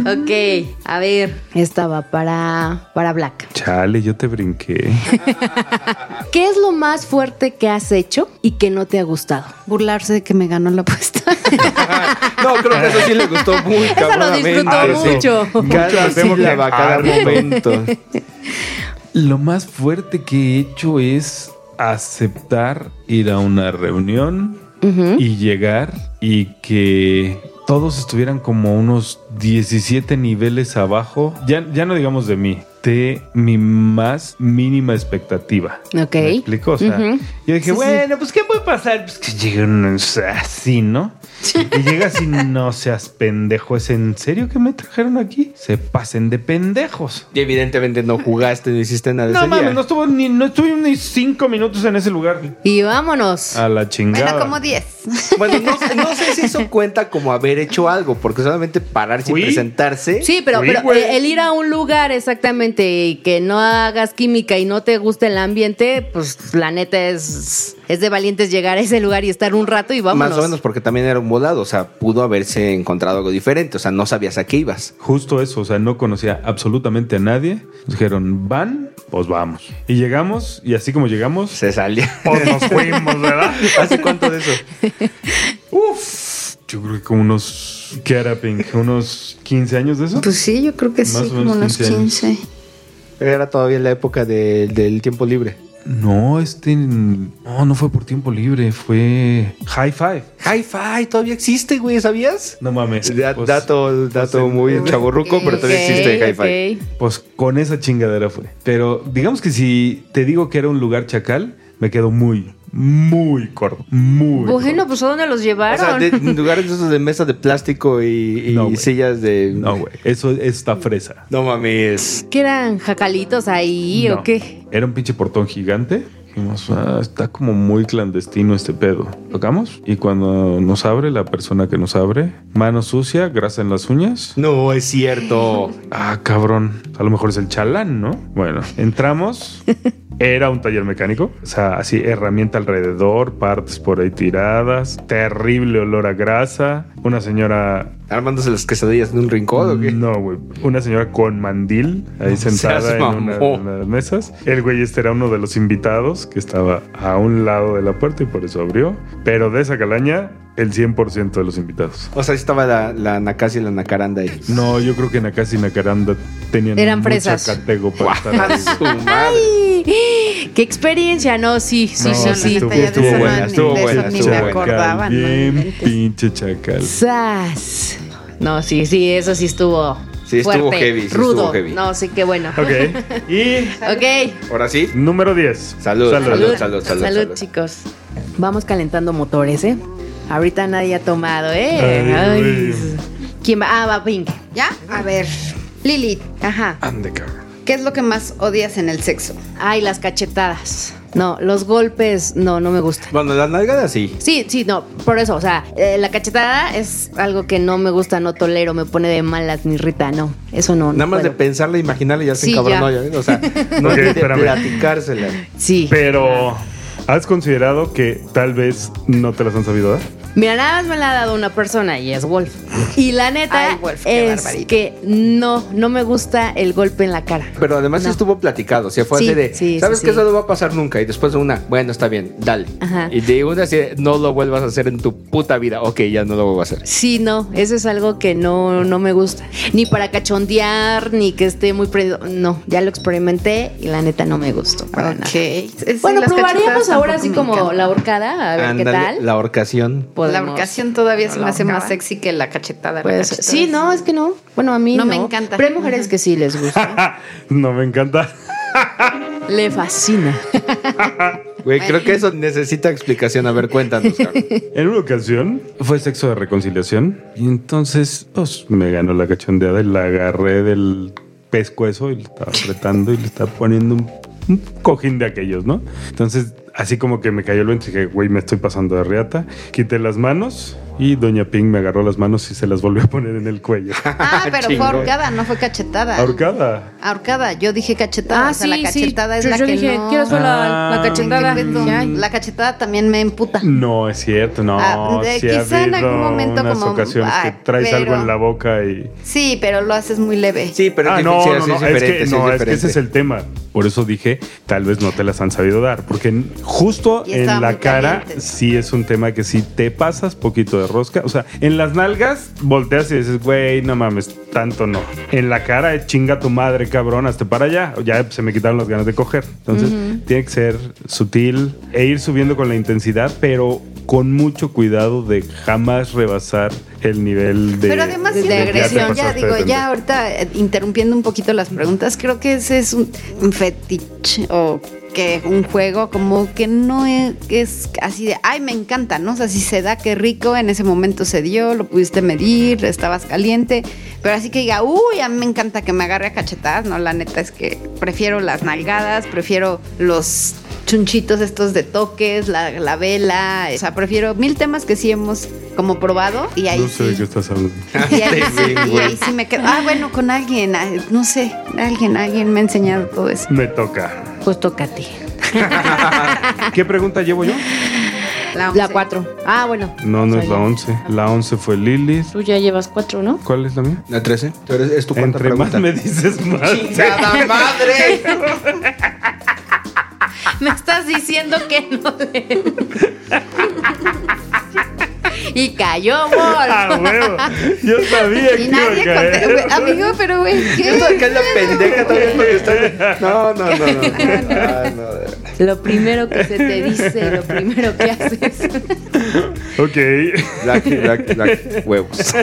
Ok, a ver. Esta va para, para Black.
Chale, yo te brinqué.
¿Qué es lo más fuerte que has hecho y que no te ha gustado?
Burlarse de que me ganó la apuesta.
No, creo que eso sí le gustó muy cabronamente.
disfrutó
Sí.
mucho.
Mucho
Cada
nos hemos
sílaba, cada
harto.
momento.
Lo más fuerte que he hecho es aceptar ir a una reunión y llegar y que todos estuvieran como unos 17 niveles abajo. Ya, ya no digamos de mí, de mi más mínima expectativa.
Ok.
¿Me explico? O sea, yo dije, bueno, pues ¿qué puede pasar? Pues que llegan así, ¿no? Y llega así, no seas pendejo. ¿Es en serio que me trajeron aquí? Se pasen de pendejos.
Y evidentemente no jugaste, no hiciste nada de
No
ese
mames,
día.
no estuvo ni, no estuve ni cinco minutos en ese lugar.
Y vámonos.
Ah,
A la chingada.
Bueno, como 10.
Bueno, no, sé- no sé si eso cuenta como haber hecho algo, porque solamente pararse
Fui.
y presentarse.
Sí, pero,
Uy,
pero,
güey.
eh, el ir a un lugar exactamente y que no hagas química y no te guste el ambiente, pues la neta es, es de valientes llegar a ese lugar y estar un rato y vámonos.
Más o menos porque también era un volado, o sea, pudo haberse encontrado algo diferente, o sea, no sabías a qué ibas.
Justo eso, o sea, no conocía absolutamente a nadie. Nos dijeron, van, pues vamos. Y llegamos, y así como llegamos,
Se salía.
pues nos fuimos, ¿verdad?
¿Hace cuánto de eso?
Uf. Yo creo que como unos, ¿qué era, Pink? ¿Unos 15 años de eso?
Pues sí, yo creo que
Más
sí,
o menos
como unos
15 años.
15.
Era todavía la época de- del tiempo libre.
No, este, no, no fue por tiempo libre, fue High Five.
Hi-Fi todavía existe, güey, ¿sabías?
No mames.
Da-
Pues-
dato dato
pues,
muy chaburruco, pero todavía
Ok,
existe hi-fi.
ok.
Pues con esa chingadera fue. Pero digamos que si te digo que era un lugar chacal, me quedo muy, muy corto. Muy.
Bueno,
corto.
pues ¿a dónde los
O
llevaron?
sea, de, lugares de esos de mesa de plástico y, y
No, güey.
sillas de.
No, güey. Eso está fresa.
No mames.
¿Qué eran jacalitos ahí
No.
o qué?
Era un pinche portón gigante. Dijimos, "Ah, está como muy clandestino este pedo. Tocamos y cuando nos abre, la persona que nos abre, mano sucia, grasa en las uñas.
No es cierto.
Ah, cabrón. A lo mejor es el chalán, ¿no? Bueno, entramos. Era un taller mecánico. O sea, así, herramienta alrededor, partes por ahí tiradas, terrible olor a grasa. Una señora.
Armándose las quesadillas en un rincón o qué?
No, güey. Una señora con mandil ahí
seas
sentada en una
mamón.
de las mesas. El güey este era uno de los invitados que estaba a un lado de la puerta y por eso abrió. Pero de esa calaña, el 100% de los invitados.
O sea, ahí estaba la, la Nakasi y la Nacaranda ahí.
No, yo creo que Nakasi y Nacaranda tenían
Eran
mucha
fresas.
catego para estar
A
ahí, güey.
su madre.
¡Qué experiencia! No, sí, sí,
No,
sí, sí.
estuvo-
Hasta ya de
estuvo
esa
buena,
no-
estuvo
de
buena,
eso Ni
estuvo
me
buena.
acordaba. ¿no?
Bien
Inventes.
pinche chacal.
¡Sas! No, sí, sí, eso sí estuvo.
Sí, estuvo
fuerte,
heavy, sí, estuvo
rudo.
heavy.
No, sí, qué bueno. Ok.
Ok. Y
Ahora sí.
número 10.
Salud,
Salud.
salud, salud, salud.
Salud, chicos. Vamos calentando motores, ¿eh? Ahorita nadie ha tomado, ¿eh?
Ay,
Ay,
güey.
¿Quién va? Ah, va Pink.
¿Ya? A ver. Lilith,
Ajá.
¿qué es lo que más odias en el sexo?
Ay, las cachetadas. No, los golpes, no, no me gusta.
Bueno, las nalgadas sí.
Sí, sí, no, por eso, o sea, eh, la cachetada es algo que no me gusta, no tolero, me pone de malas, me irrita, no, eso no. no
Nada más de
puedo.
pensarla, imaginarla y ya se
Sí,
encabronó,
ya.
ya ven, O sea, no
Ok,
es de
espérame.
platicársela.
Sí.
Pero, ¿has considerado que tal vez no te las han sabido dar?
Mira, nada más me la ha dado una persona y es Wolf. Y la neta
Ay, Wolf, qué
es
barbaridad.
que no, no me gusta el golpe en la cara.
Pero además
No.
estuvo platicado, o sea, fue
Sí,
así de,
sí,
¿sabes
sí,
que
sí.
eso no va a pasar nunca? Y después de una, bueno, está bien, dale.
Ajá.
Y de una así, de, no lo vuelvas a hacer en tu puta vida. Ok, ya no lo vuelvo a hacer.
Sí, no, eso es algo que no, no me gusta. Ni para cachondear, ni que esté muy prendido. No, ya lo experimenté y la neta no me gustó para nada. Bueno, probaríamos ahora así como la horcada, a ver qué
Ándale,
tal.
La horcación.
Podemos-
La horcación todavía
No,
se
la
me hace más
horcada.
sexy que la cachetada. La
Pues,
cachetada
sí,
es-
no, es que no. Bueno, a mí no.
No me encanta.
Pero hay mujeres
Ajá.
que sí les gusta.
no me encanta.
Le fascina.
Güey, creo que eso necesita explicación. A ver, cuéntanos. cabrón.
En una ocasión fue sexo de reconciliación y entonces pues, me ganó la cachondeada y la agarré del pescuezo y le estaba apretando y le estaba poniendo un, un cojín de aquellos, ¿no? Entonces así como que me cayó el ventre y dije, güey, me estoy pasando de riata. Quité las manos y Doña Ping me agarró las manos y se las volvió a poner en el cuello.
Ah, pero fue
Chingón.
ahorcada, no fue cachetada.
Ahorcada.
Ahorcada, yo dije cachetada.
Ah,
o sea, la cachetada es
yo,
la
yo
que
dije,
no-
quiero solo la, la
Ah, Mm.
cachetada.
Qué pedo.
Ya.
La cachetada también me emputa.
No, es cierto, no.
Ah, de-
sí ha
quizá en
habido
algún momento
unas
como-
ocasiones
Ay,
que traes algo
pero-
en la boca y...
Sí, pero lo haces muy leve.
Sí, pero
ah,
es
no,
difícil,
no,
sí
no,
es
es,
diferente,
que,
sí
no, es que
diferente.
ese es el tema. Por eso dije, tal vez no te las han sabido dar, porque en- justo
Y estaba
en la
muy
cara
caliente.
sí es un tema que si te pasas poquito de rosca, o sea, en las nalgas volteas y dices, güey, no mames, tanto no. En la cara, eh, chinga tu madre, cabrón, hasta para allá. Ya se me quitaron las ganas de coger. Entonces, tiene que ser sutil e ir subiendo con la intensidad, pero con mucho cuidado de jamás rebasar el nivel de
Pero además
de
siento que
agresión.
ya,
pasaste de
digo,
pendejo.
ya ahorita eh, interrumpiendo un poquito las preguntas, creo que ese es un, un fetiche o que un juego como que no es, es así de, ay, me encanta, ¿no? O sea, si se da, qué rico, en ese momento se dio, lo pudiste medir, estabas caliente, pero así que diga, uy, a mí me encanta que me agarre a cachetadas, no, la neta es que prefiero las nalgadas, prefiero los chunchitos estos de toques, la, la vela, o sea, prefiero mil temas que sí hemos como probado y ahí
No sé de
sí
qué estás hablando.
y ahí,
Sí,
sí, y
güey.
ahí sí me quedo. Ah, bueno, con alguien, ah, no sé, alguien, alguien me ha enseñado todo eso.
Me toca.
Pues tócate.
¿Qué pregunta llevo yo?
La
once.
4. Ah, bueno.
No, no es la
ya.
11. La 11 fue Lilith.
Tú ya llevas cuatro, ¿no?
¿Cuál es la mía?
La 13. Tú eres- es tu cuarta
Entre más
pregunta.
me dices más.
¡Chingada madre!
Me estás diciendo que no. le- y cayó
Ah,
Wolf.
huevo. Yo sabía que
Y
iba
nadie
a caer.
conte- güey, Amigo, pero güey,
Yo
¿qué?
estoy acá en la pendeja todavía porque estoy- No, no, no, no. Ay, no.
Lo primero que se te dice, lo primero que haces.
Ok.
Black, black, black. Huevos.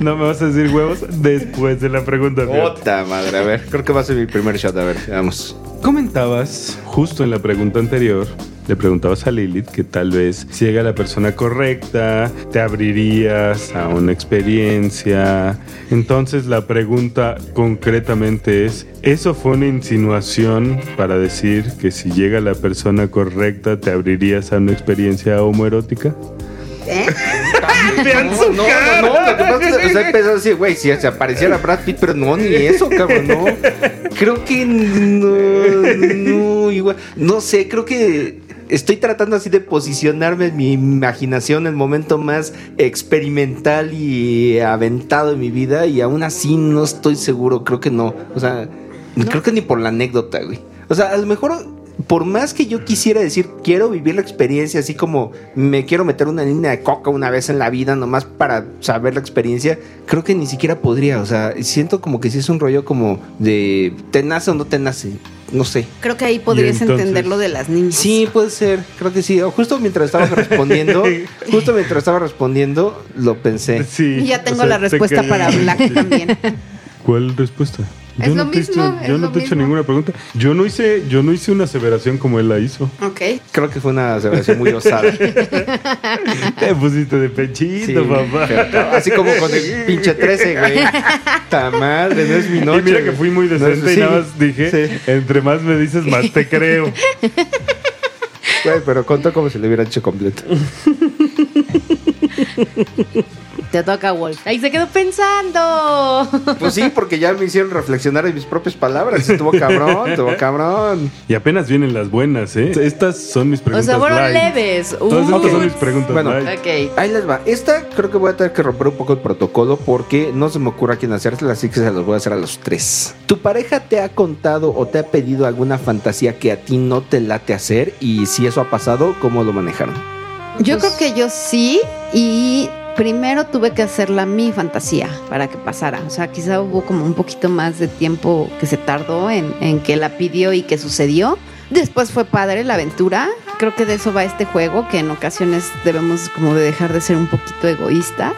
No me vas a decir huevos después de la pregunta. fíjate.
Puta madre. A ver, creo que va a ser mi primer shot. A ver, vamos.
Comentabas justo en la pregunta anterior, le preguntabas a Lilith que tal vez si llega la persona correcta, te abrirías a una experiencia. Entonces la pregunta concretamente es, ¿eso fue una insinuación para decir que si llega la persona correcta te abrirías a una experiencia homoerótica?
No, no, no, no, lo que pasa es que o sea, empezó así, güey, si se apareciera Brad Pitt, pero no, ni eso, cabrón, no. Creo que no, no, igual, no sé, creo que estoy tratando así de posicionarme en mi imaginación el momento más experimental y aventado de mi vida y aún así no estoy seguro, creo que no, o sea, creo que ni por la anécdota, güey. O sea, a lo mejor por más que yo quisiera decir, quiero vivir la experiencia, así como me quiero meter una línea de coca una vez en la vida, nomás para saber la experiencia, creo que ni siquiera podría. O sea, siento como que sí es un rollo como de te nace o no te nace. No sé.
Creo que ahí
Y
podrías
entonces-
entender lo de las niñas.
Sí, puede ser. Creo que sí. O justo mientras estaba respondiendo, justo mientras estaba respondiendo, lo pensé.
Sí.
Y ya tengo
O sea,
la
te
respuesta
quería-
para Black también.
¿Cuál respuesta?
Es
Yo no
lo
te he hecho-
mismo,
yo
es
no
lo
te he hecho
mismo.
ninguna pregunta. Yo no hice, yo no hice una aseveración como él la hizo.
Ok.
Creo que fue una aseveración muy osada.
Te pusiste de pechito,
Sí,
papá.
pero cabrón, Así como con el pinche 13, güey. Ta madre, no es mi noche.
y mira que
güey.
fui muy
No es-
decente y
sí,
nada más dije,
sí.
entre más me dices, más te creo.
Güey, pero contó como si lo hubiera hecho completo.
Te toca, Wolf. Ahí se quedó pensando.
Pues sí, porque ya me hicieron reflexionar en mis propias palabras. Estuvo cabrón, estuvo cabrón.
Y apenas vienen las buenas, ¿eh? Estas son mis
o
preguntas.
sea, Uh. fueron
live.
leves.
Todas estas
Uy.
son mis preguntas.
Bueno,
live.
Ok.
Ahí les va. Esta creo que voy a tener que romper un poco el protocolo porque no se me ocurre a quién hacérsela, así que se las voy a hacer a los tres. ¿Tu pareja te ha contado o te ha pedido alguna fantasía que a ti no te late hacer? Y si eso ha pasado, ¿cómo lo manejaron?
Yo
Pues-
creo que yo sí y primero tuve que hacerla mi fantasía para que pasara. O sea, quizá hubo como un poquito más de tiempo que se tardó en, en que la pidió y que sucedió. Después fue padre la aventura. Creo que de eso va este juego, que en ocasiones debemos como de dejar de ser un poquito egoístas,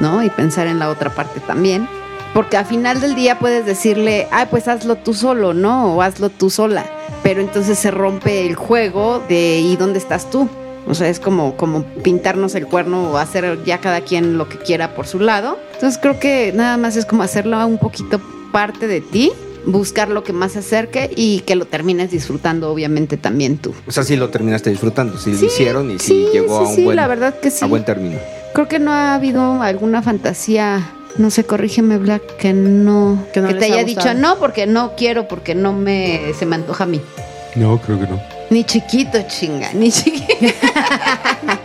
¿no? Y pensar en la otra parte también. Porque al final del día puedes decirle, ay, pues hazlo tú solo, ¿no? O hazlo tú sola. Pero entonces se rompe el juego de ¿y dónde estás tú? O sea, es como, como pintarnos el cuerno o hacer ya cada quien lo que quiera por su lado. Entonces creo que nada más es como hacerlo un poquito parte de ti, buscar lo que más se acerque y que lo termines disfrutando obviamente también tú.
O sea, si lo terminaste disfrutando, si lo hicieron y si
sí,
llegó
sí,
a un
sí,
buen,
la verdad que sí.
a buen término.
Creo que no ha habido alguna fantasía, no sé, corrígeme Black, que no que,
Que no les
te
ha
haya
gustado.
dicho no porque no quiero, porque no me se me antoja a mí.
eh, No, creo que no.
Ni chiquito, chinga, ni chiquito.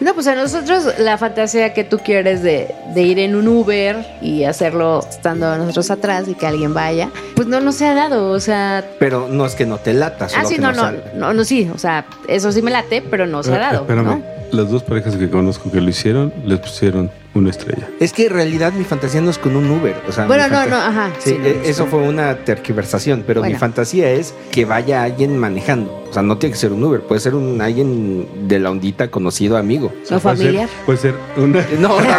No, pues a nosotros la fantasía que tú quieres de, de ir en un Uber y hacerlo estando nosotros atrás y que alguien vaya, pues no nos se ha dado. O sea,
Pero no es que no te lata, solo
ah, sí,
que
no,
no
no,
sale.
no, no, sí. O sea, eso sí me late, pero no se ha
Eh,
dado.
espérame.
¿no?
Las dos parejas que conozco que lo hicieron, les pusieron una estrella.
Es que en realidad mi fantasía no es con un Uber. O sea,
Bueno,
mi
no,
fanta-
no, ajá.
Ah, Sí, eh, eso fue una terquiversación, pero mi
Bueno.
fantasía es que vaya alguien manejando. O sea, no tiene que ser un Uber, puede ser un alguien de la ondita conocido amigo.
No familiar.
Puede ser, puede ser
No,
una.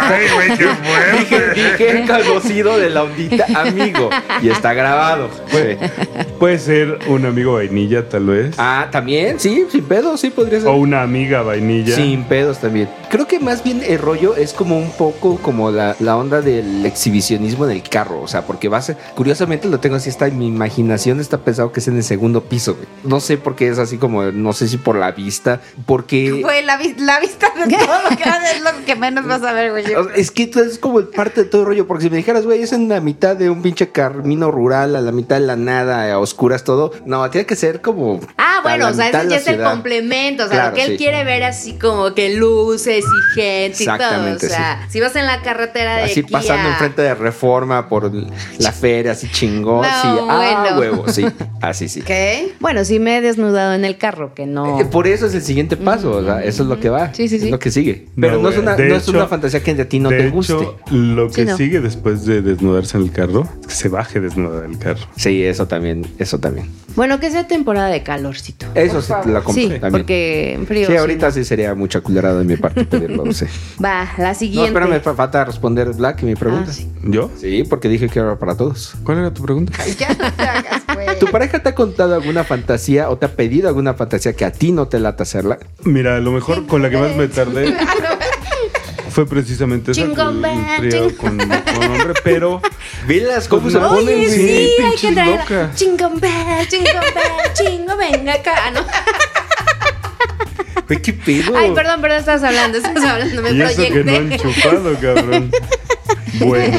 dije, dije conocido de la ondita amigo. Y está grabado. Sí.
puede ser un amigo vainilla, tal vez.
Ah, también, sí, sin pedos, sí podría ser.
O una amiga vainilla.
Sin pedos también. Creo que más bien el rollo es como un poco como la, la onda del exhibicionismo en el carro. O sea, porque vas. Curiosamente lo tengo así, está en mi imaginación, está pensado que es en el segundo piso, güey. No sé por qué es así como, no sé si por la vista, porque.
Güey, la, vis- la vista de todo lo que haces es lo que menos vas a ver, güey.
o sea, Es que esto es como el parte de todo el rollo, porque si me dijeras, güey, es en la mitad de un pinche carmino rural, a la mitad de la nada, a oscuras, todo. No, tiene que ser como.
Ah, bueno,
a la
o sea,
mitad
ese
de
ya
la
es el
ciudad.
complemento. O sea,
Claro,
lo que él
sí.
quiere ver así como que luces y gente y todo. O
Exactamente,
sea, si vas en la carretera de
Así
aquí
pasando
a-
enfrente de Reforma por la feria, así chingón.
No,
sí, ah,
bueno.
huevo, sí. Así, sí.
¿Qué?
Bueno, sí me he desnudado en el carro, que no...
Eh, Por eso es el siguiente paso, o sea, eso es lo que va.
Sí, sí, sí.
Es lo que sigue.
No,
Pero no, es,
güey,
una,
de
no es una
hecho-
fantasía que a ti no
de
te
hecho,
guste.
lo
Sí,
que
no.
sigue después de desnudarse en el carro es que se baje desnuda del carro.
Sí, eso también, eso también.
Bueno, que sea temporada de calorcito.
Eso sí te la compro
Sí,
también.
porque en frío.
sí,
sí,
ahorita sí sería mucha culerada de mi parte pedirlo, sí.
no. Va, la
No,
siguiente.
espérame, fa- falta responder Black mi pregunta.
Ah, sí.
sí.
¿Yo?
porque dije que era para todos.
¿Cuál era tu pregunta?
Ya no te hagas, güey.
¿Tu pareja te ha contado alguna fantasía o te ha pedido alguna fantasía que a ti no te lata hacerla?
Mira, a lo mejor con la que más me tardé fue precisamente esa
Chingo,
con el
va,
trío
chingo.
con, con hombre, pero
Velas, ¿cómo
Pues
se
no.
ponen?
Oye,
Sí,
sí, hay
pinches
que traer.
locas.
Chingombe, chingombe, chingo, venga acá. Ah, no.
Güey, ¿Qué pedo?
Ay, perdón, perdón, estás hablando, estás hablando, me
y eso
proyecté.
que no han chupado, cabrón. Bueno,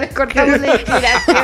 Le cortamos la inspiración.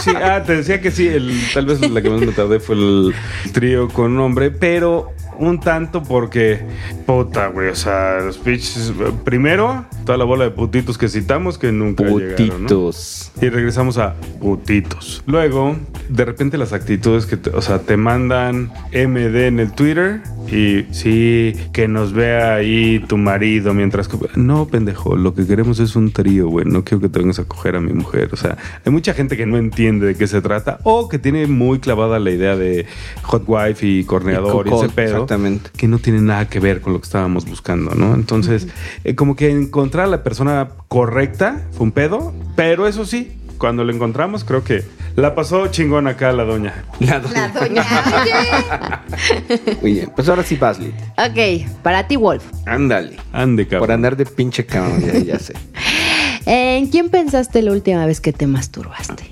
sí, ah, te decía que sí, el- tal vez la que más me tardé fue el trío con hombre, pero un tanto porque, puta, güey, o sea, los pitches, primero, toda la bola de putitos que citamos que nunca llegaron, ¿no?
Putitos.
Y regresamos a putitos. Luego, de repente las actitudes que, te- o sea, te mandan MD en el Twitter y sí, que nos vea ahí tu marido mientras... co- No, pendejo, lo que queremos es un trío, güey. No quiero que te vengas a coger a mi mujer. O sea, hay mucha gente que no entiende de qué se trata o que tiene muy clavada la idea de hot wife y corneador y,
Y
ese
cocol,
pedo
exactamente.
que no tiene nada que ver con lo que estábamos buscando, ¿no? Entonces, eh, como que encontrar a la persona correcta fue un pedo, pero eso sí, cuando lo encontramos, creo que la pasó chingón acá la doña.
La doña.
La doña.
Muy bien. Pues ahora sí, Baslit.
Oye. ok, para ti, Wolf.
Ándale.
Ande, cabrón.
Por andar de pinche cabrón, ya, ya sé.
¿En quién pensaste la última vez que te masturbaste?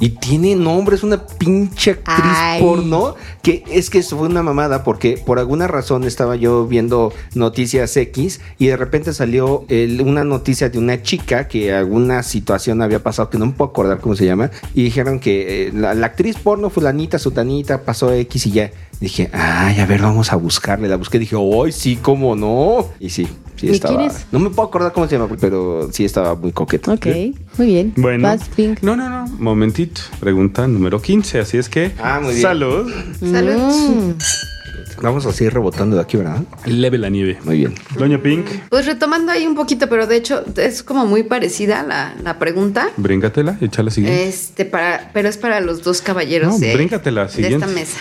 Y tiene nombre, es una pinche actriz
Ay.
porno. Que es que eso fue una mamada porque por alguna razón estaba yo viendo noticias X y de repente salió el- una noticia de una chica que alguna situación había pasado que no me puedo acordar cómo se llama. Y dijeron que eh, la, la actriz porno fulanita, sutanita, pasó X y ya. Dije, ay, a ver, vamos a buscarle. La busqué, dije, ay, sí, cómo no. Y sí, sí
¿De
estaba.
quién es?
No me puedo acordar cómo se llama, pero sí estaba muy coqueta.
Ok, muy bien.
Bueno.
Vas, Pink.
No, no, no. Momentito. Pregunta número 15. Así es que.
Ah, muy bien.
Salud.
Mm.
Salud.
Vamos a seguir rebotando de aquí, ¿verdad?
Leve la nieve.
Muy bien.
Doña Pink,
Pues retomando ahí un poquito, pero de hecho es como muy parecida la, la pregunta.
bríncatela, echa la siguiente.
Este, para, pero es para los dos caballeros
No,
de,
bríncatela,
de esta
siguiente.
mesa.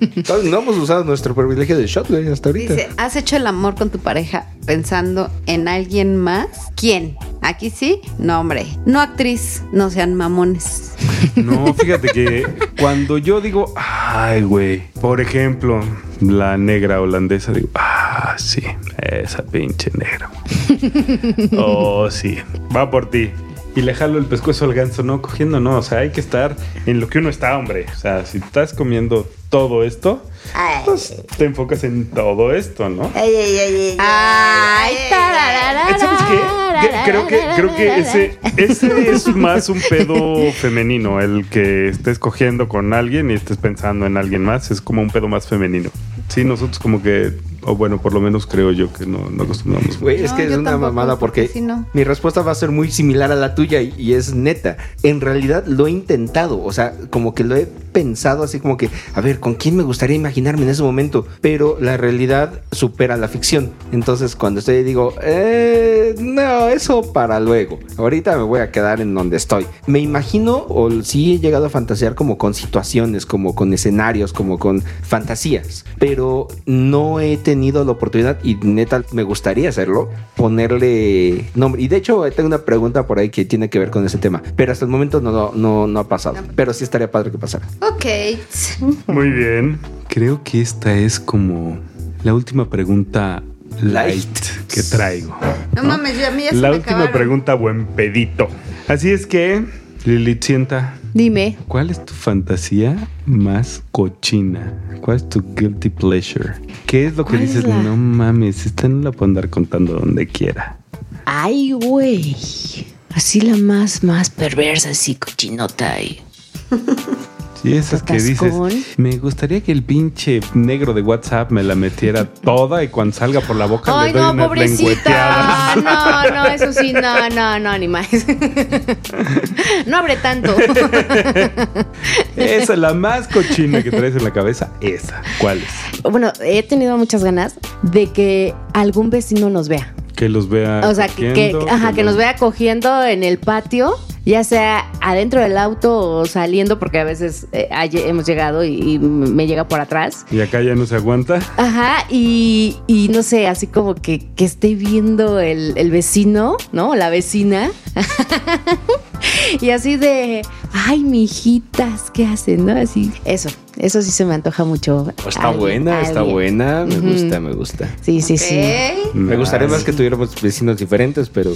Entonces, No hemos usado nuestro privilegio de shot, güey, hasta ahorita.
Dice, ¿has hecho el amor con tu pareja pensando en alguien más? ¿Quién? ¿Aquí sí? No, hombre. No actriz, no sean mamones.
No, fíjate que cuando yo digo, ay, güey, por ejemplo, la negra holandesa, digo, ah, sí, esa pinche negra. Oh, sí, va por ti. Y le jalo el pescuezo al ganso, no cogiendo, no. O sea, hay que estar en lo que uno está, hombre. O sea, si estás comiendo todo esto,
Ay.
pues te enfocas en todo esto, ¿no?
Ay, ay, ay, ay.
Ay, tararara.
¿Sabes qué? Cre- Creo que, creo que ese, ese es más un pedo femenino. El que estés cogiendo con alguien y estés pensando en alguien más es como un pedo más femenino. Sí, nosotros como que, o bueno, por lo menos creo yo que no, no acostumbramos.
Güey, es
No,
que es
yo
una
tampoco,
mamada
porque
porque
sí, no.
mi respuesta va a ser muy similar a la tuya y, y es neta. En realidad lo he intentado, o sea, como que lo he pensado así como que, a ver, ¿con quién me gustaría imaginarme en ese momento? Pero la realidad supera la ficción. Entonces cuando estoy ahí digo, eh, no, eso para luego. Ahorita me voy a quedar en donde estoy. Me imagino o sí he llegado a fantasear como con situaciones, como con escenarios, como con fantasías, pero no he tenido la oportunidad y neta me gustaría hacerlo, ponerle nombre. Y de hecho tengo una pregunta por ahí que tiene que ver con ese tema, pero hasta el momento no, no, no, no ha pasado, pero sí estaría padre que pasara.
Ok.
Muy bien. Creo que esta es como la última pregunta light que traigo.
No mames, ya- a mí ya se
La
me
última
acabaron.
pregunta, buen pedito. Así es que, Lilith, sienta.
Dime.
¿Cuál es tu fantasía más cochina? ¿Cuál es tu guilty pleasure? ¿Qué es lo que
¿Cuál es
dices?
la-
No mames, esta no la puedo andar contando donde quiera.
Ay, güey. Así la más, más perversa, así cochinota. Y...
Sí, esas que dices.
Atascón.
Me gustaría que el pinche negro de WhatsApp me la metiera toda y cuando salga por la boca
Ay,
le doy
no,
unas
pobrecita.
lengüeteadas.
No, no, eso sí, no, no, no, ni más. No abre tanto.
Esa es la más cochina que traes en la cabeza. Esa. ¿Cuál es?
Bueno, he tenido muchas ganas de que algún vecino nos vea.
Que los vea.
O sea, que, que-
Ah, cogiendo,
ajá, que nos
los-
vea cogiendo en el patio, ya sea adentro del auto o saliendo, porque a veces eh, hay- hemos llegado y, y me llega por atrás.
Y acá ya no se aguanta.
Ajá, y, y no sé, así como que, que esté viendo el, el vecino, ¿no? O La vecina. y así de, ay, mijitas, ¿qué hacen? ¿No? Así, eso, eso sí se me antoja mucho.
Pues Está
Oh, Alguien,
buena, está
alguien.
buena, me
Ujú.
gusta, me gusta.
Sí, sí, sí.
Ok.
Me gustaría
Nice.
más que tuviéramos vecinos diferentes, pero
Eh,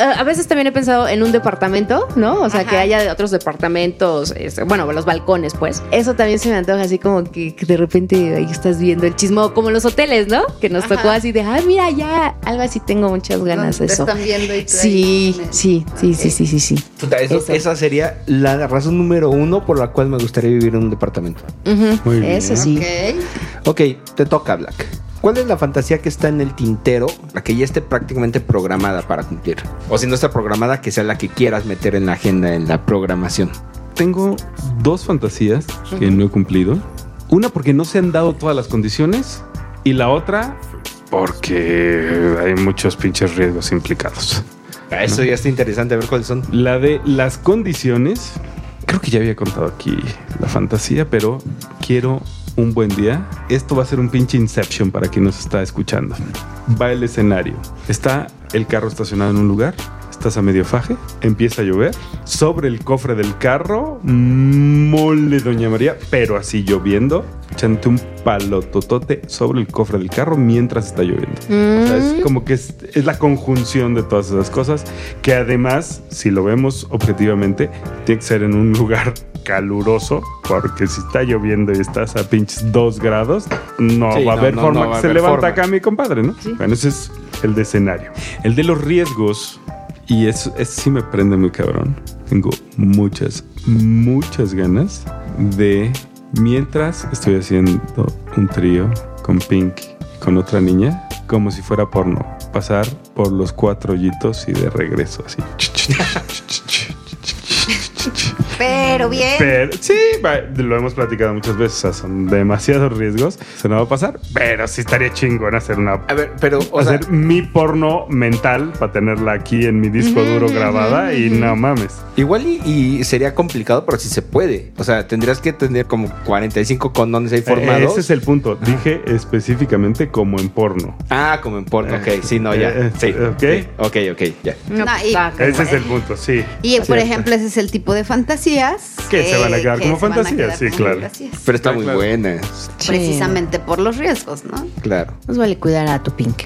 A a veces también he pensado en un departamento, ¿no? O sea, que haya de otros departamentos, este, bueno, los balcones, pues. Eso también se me antoja así como que, que de repente ahí estás viendo el chismo, como los hoteles, ¿no? Que nos tocó así de, ah, mira, ya, algo así tengo muchas ganas de
Te
eso.
están viendo y tú
Sí,
ahí.
sí, sí, sí, sí, sí, sí.
Puta, eso-
Eso.
esa sería la razón número uno por la cual me gustaría vivir en un departamento.
Ujú,
Muy bien.
Eso sí.
Ok.
Ok, te toca, Black. ¿Cuál es la fantasía que está en el tintero, la que ya esté prácticamente programada para cumplir? O si no está programada, que sea la que quieras meter en la agenda, en la programación.
Tengo dos fantasías que no he cumplido. Una porque no se han dado todas las condiciones y la otra porque hay muchos pinches riesgos implicados.
Ah, Eso ya está interesante, a ver cuáles son.
La de las condiciones, creo que ya había contado aquí la fantasía, pero quiero un buen día. Esto va a ser un pinche Inception para quien nos está escuchando. Va el escenario. Está el carro estacionado en un lugar, está estás a medio faje, empieza a llover, sobre el cofre del carro, mole Doña María, pero así lloviendo, echándote un palototote sobre el cofre del carro mientras está lloviendo. O
Mm.
sea, es como que es, es la conjunción de todas esas cosas, que además, si lo vemos objetivamente, tiene que ser en un lugar caluroso, porque si está lloviendo y estás a pinches 2 grados, no
Sí,
va a
no,
haber
no,
forma
no va
que
a
se
haber
levanta
forma.
acá mi compadre, ¿no? Bueno, ese es el de escenario. El de los riesgos, y eso, eso sí me prende muy cabrón. Tengo muchas, muchas ganas de, mientras estoy haciendo un trío con Pinky, y con otra niña, como si fuera porno, pasar por los cuatro hoyitos y de regreso, así.
Pero bien.
Pero sí, va- lo hemos platicado muchas veces, o sea, son demasiados riesgos, se nos va a pasar, pero sí estaría chingón hacer una
A ver, pero, o sea,
hacer mi porno mental para tenerla aquí en mi disco duro grabada y no mames.
igual y, y sería complicado, pero si se puede. O sea, tendrías que tener como 45 condones ahí
Eh,
formados.
Ese es el punto. Dije específicamente como en porno.
Ah, como en porno. Ok, sí, no,
Eh,
ya. Sí.
ok.
sí, Ok, ok, ya.
No, y-
está cabrón.
Ese es el punto, sí.
Y por ejemplo, ese es el tipo de fantasías.
Que se van a quedar como
se van a
fantasías, sí,
como
claro.
fantasías.
Pero está muy
Claro.
buena.
Precisamente por los riesgos, ¿no?
Claro.
Nos vale cuidar a tu pink.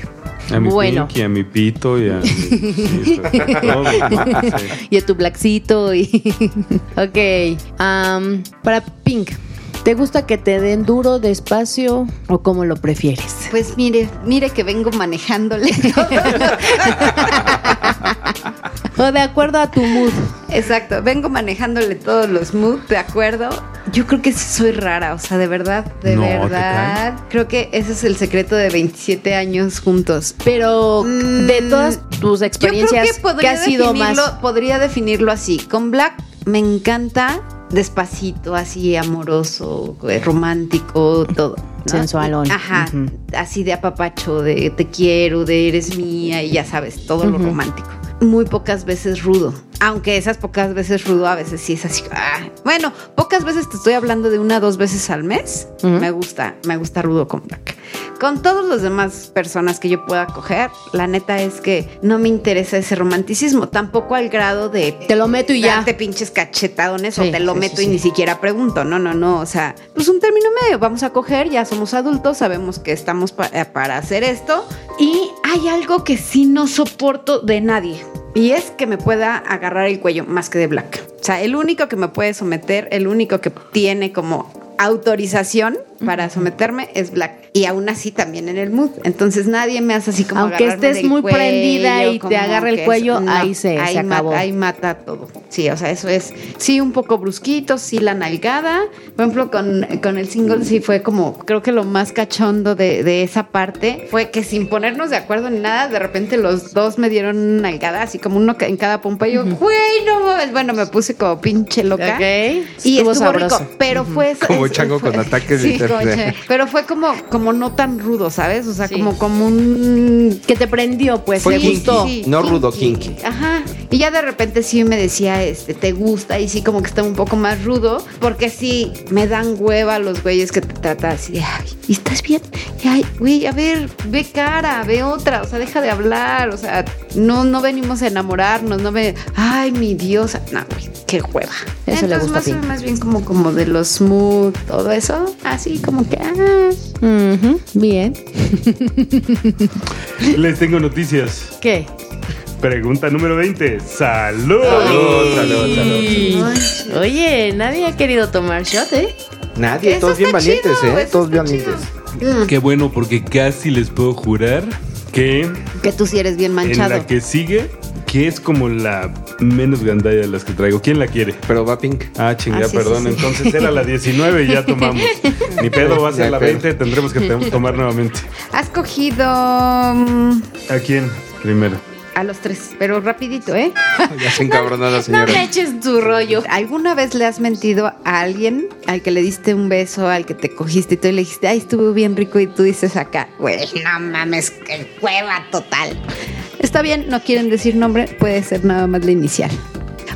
A mi
Bueno.
pinky, a mi pito y a mi... sí, a todo, ¿no? Sí.
Y a tu blackcito y... ok. am, para Pink, ¿te gusta que te den duro, despacio o como lo prefieres?
Pues mire, mire que vengo manejándole.
O de acuerdo a tu mood.
Exacto, vengo manejándole todos los moods, ¿de acuerdo? Yo creo que sí soy rara, o sea, de verdad, de
No, ¿te
verdad. Creo que ese es el secreto de 27 años juntos.
Pero
Mm,
de todas tus
Yo creo
experiencias,
que
que
podría,
ha sido más?
definirlo, podría definirlo así. Con Black me encanta despacito, así amoroso, eh, romántico, todo. ¿no?
Sensualón.
Ajá,
Ujú.
así de apapacho, de te quiero, de eres mía y ya sabes, todo lo
Ujú.
romántico. Muy pocas veces rudo, aunque esas pocas veces rudo a veces sí es así. ah. Bueno, pocas veces te estoy hablando de una dos veces al mes.
Ujú.
Me gusta, me gusta rudo con Black. Con todas las demás personas que yo pueda coger, la neta es que no me interesa ese romanticismo, tampoco al grado de
Te lo meto y ya.
darte pinches cachetadones o
Sí,
te lo
sí,
meto
sí,
y
sí.
ni siquiera pregunto. No, no, no. O sea, pues un término medio. Vamos a coger, ya somos adultos, sabemos que estamos pa- eh, para hacer esto. Y hay algo que sí no soporto de nadie. Y es que me pueda agarrar el cuello más que de Black. O sea, el único que me puede someter, el único que tiene como autorización para someterme es Black. Y aún así también en el mood. Entonces nadie me hace así como...
Aunque
agarrarme
estés
del
muy
cuello,
prendida y te
como
agarre el
que
cuello, ahí se- se
ahí mata-
acabó.
ahí mata todo. Sí, o sea, eso es, sí, un poco brusquito, sí, la nalgada. Por ejemplo, con, con el single sí fue como, creo que lo más cachondo de, de esa parte fue que sin ponernos de acuerdo ni nada, de repente los dos me dieron una nalgada, así como uno ca- en cada pompa. Y yo, güey, no mames". Bueno, me puse como pinche loca. Y estuvo, rico, pero fue eso-
Como
eso-
chango
fue-
con ataques de
sí, como
internet.
chango. Pero fue como, como no tan rudo, ¿sabes? O sea,
Sí.
como, como un
Que te prendió, pues,
Fue
te
kinky.
gustó.
no rudo, kinky.
Ajá. Y ya de repente sí me decía, este, te gusta y sí como que está un poco más rudo, porque sí me dan hueva los güeyes que te tratan así de, ay, ¿y ¿estás bien? Y, Ay, güey, a ver, ve cara, ve otra, o sea, deja de hablar, o sea, no, no venimos a enamorarnos, no ve, ay, mi diosa, no, güey, qué hueva.
Eso le gusta a
más,
Pink.
más bien como, como de los smooth, todo eso, así como que, ah,
Ujú, Bien.
Les tengo noticias.
¿Qué?
Pregunta número 20. ¡Salud!
Salud, salud, salud.
Oye, nadie ha querido tomar shot, ¿eh?
Nadie,
Eso
todos bien
está
valientes,
chido,
¿eh?
eso
Todos
está Mm,
bien valientes.
Qué bueno, porque casi les puedo jurar que
que tú sí eres bien manchado.
en la que sigue, que es como la menos gandalla de las que traigo. ¿Quién la quiere?
Pero va Pink.
Ah, chingada,
Ah, sí,
perdón.
sí, sí.
Entonces era la 19 y ya tomamos. Ni pedo, va a ser
Ya,
la
pero-
20, tendremos que te- tomar nuevamente.
Has cogido mm,
¿A quién? Primero.
a los tres, pero rapidito, ¿eh?
Ya se encabronó la señora.
eches tu rollo. ¿Alguna vez le has mentido a alguien al que le diste un beso, al que te cogiste y tú le dijiste, ay, estuvo bien rico y tú dices acá, güey, no mames, que cueva total? Está bien, no quieren decir nombre, puede ser nada más la inicial.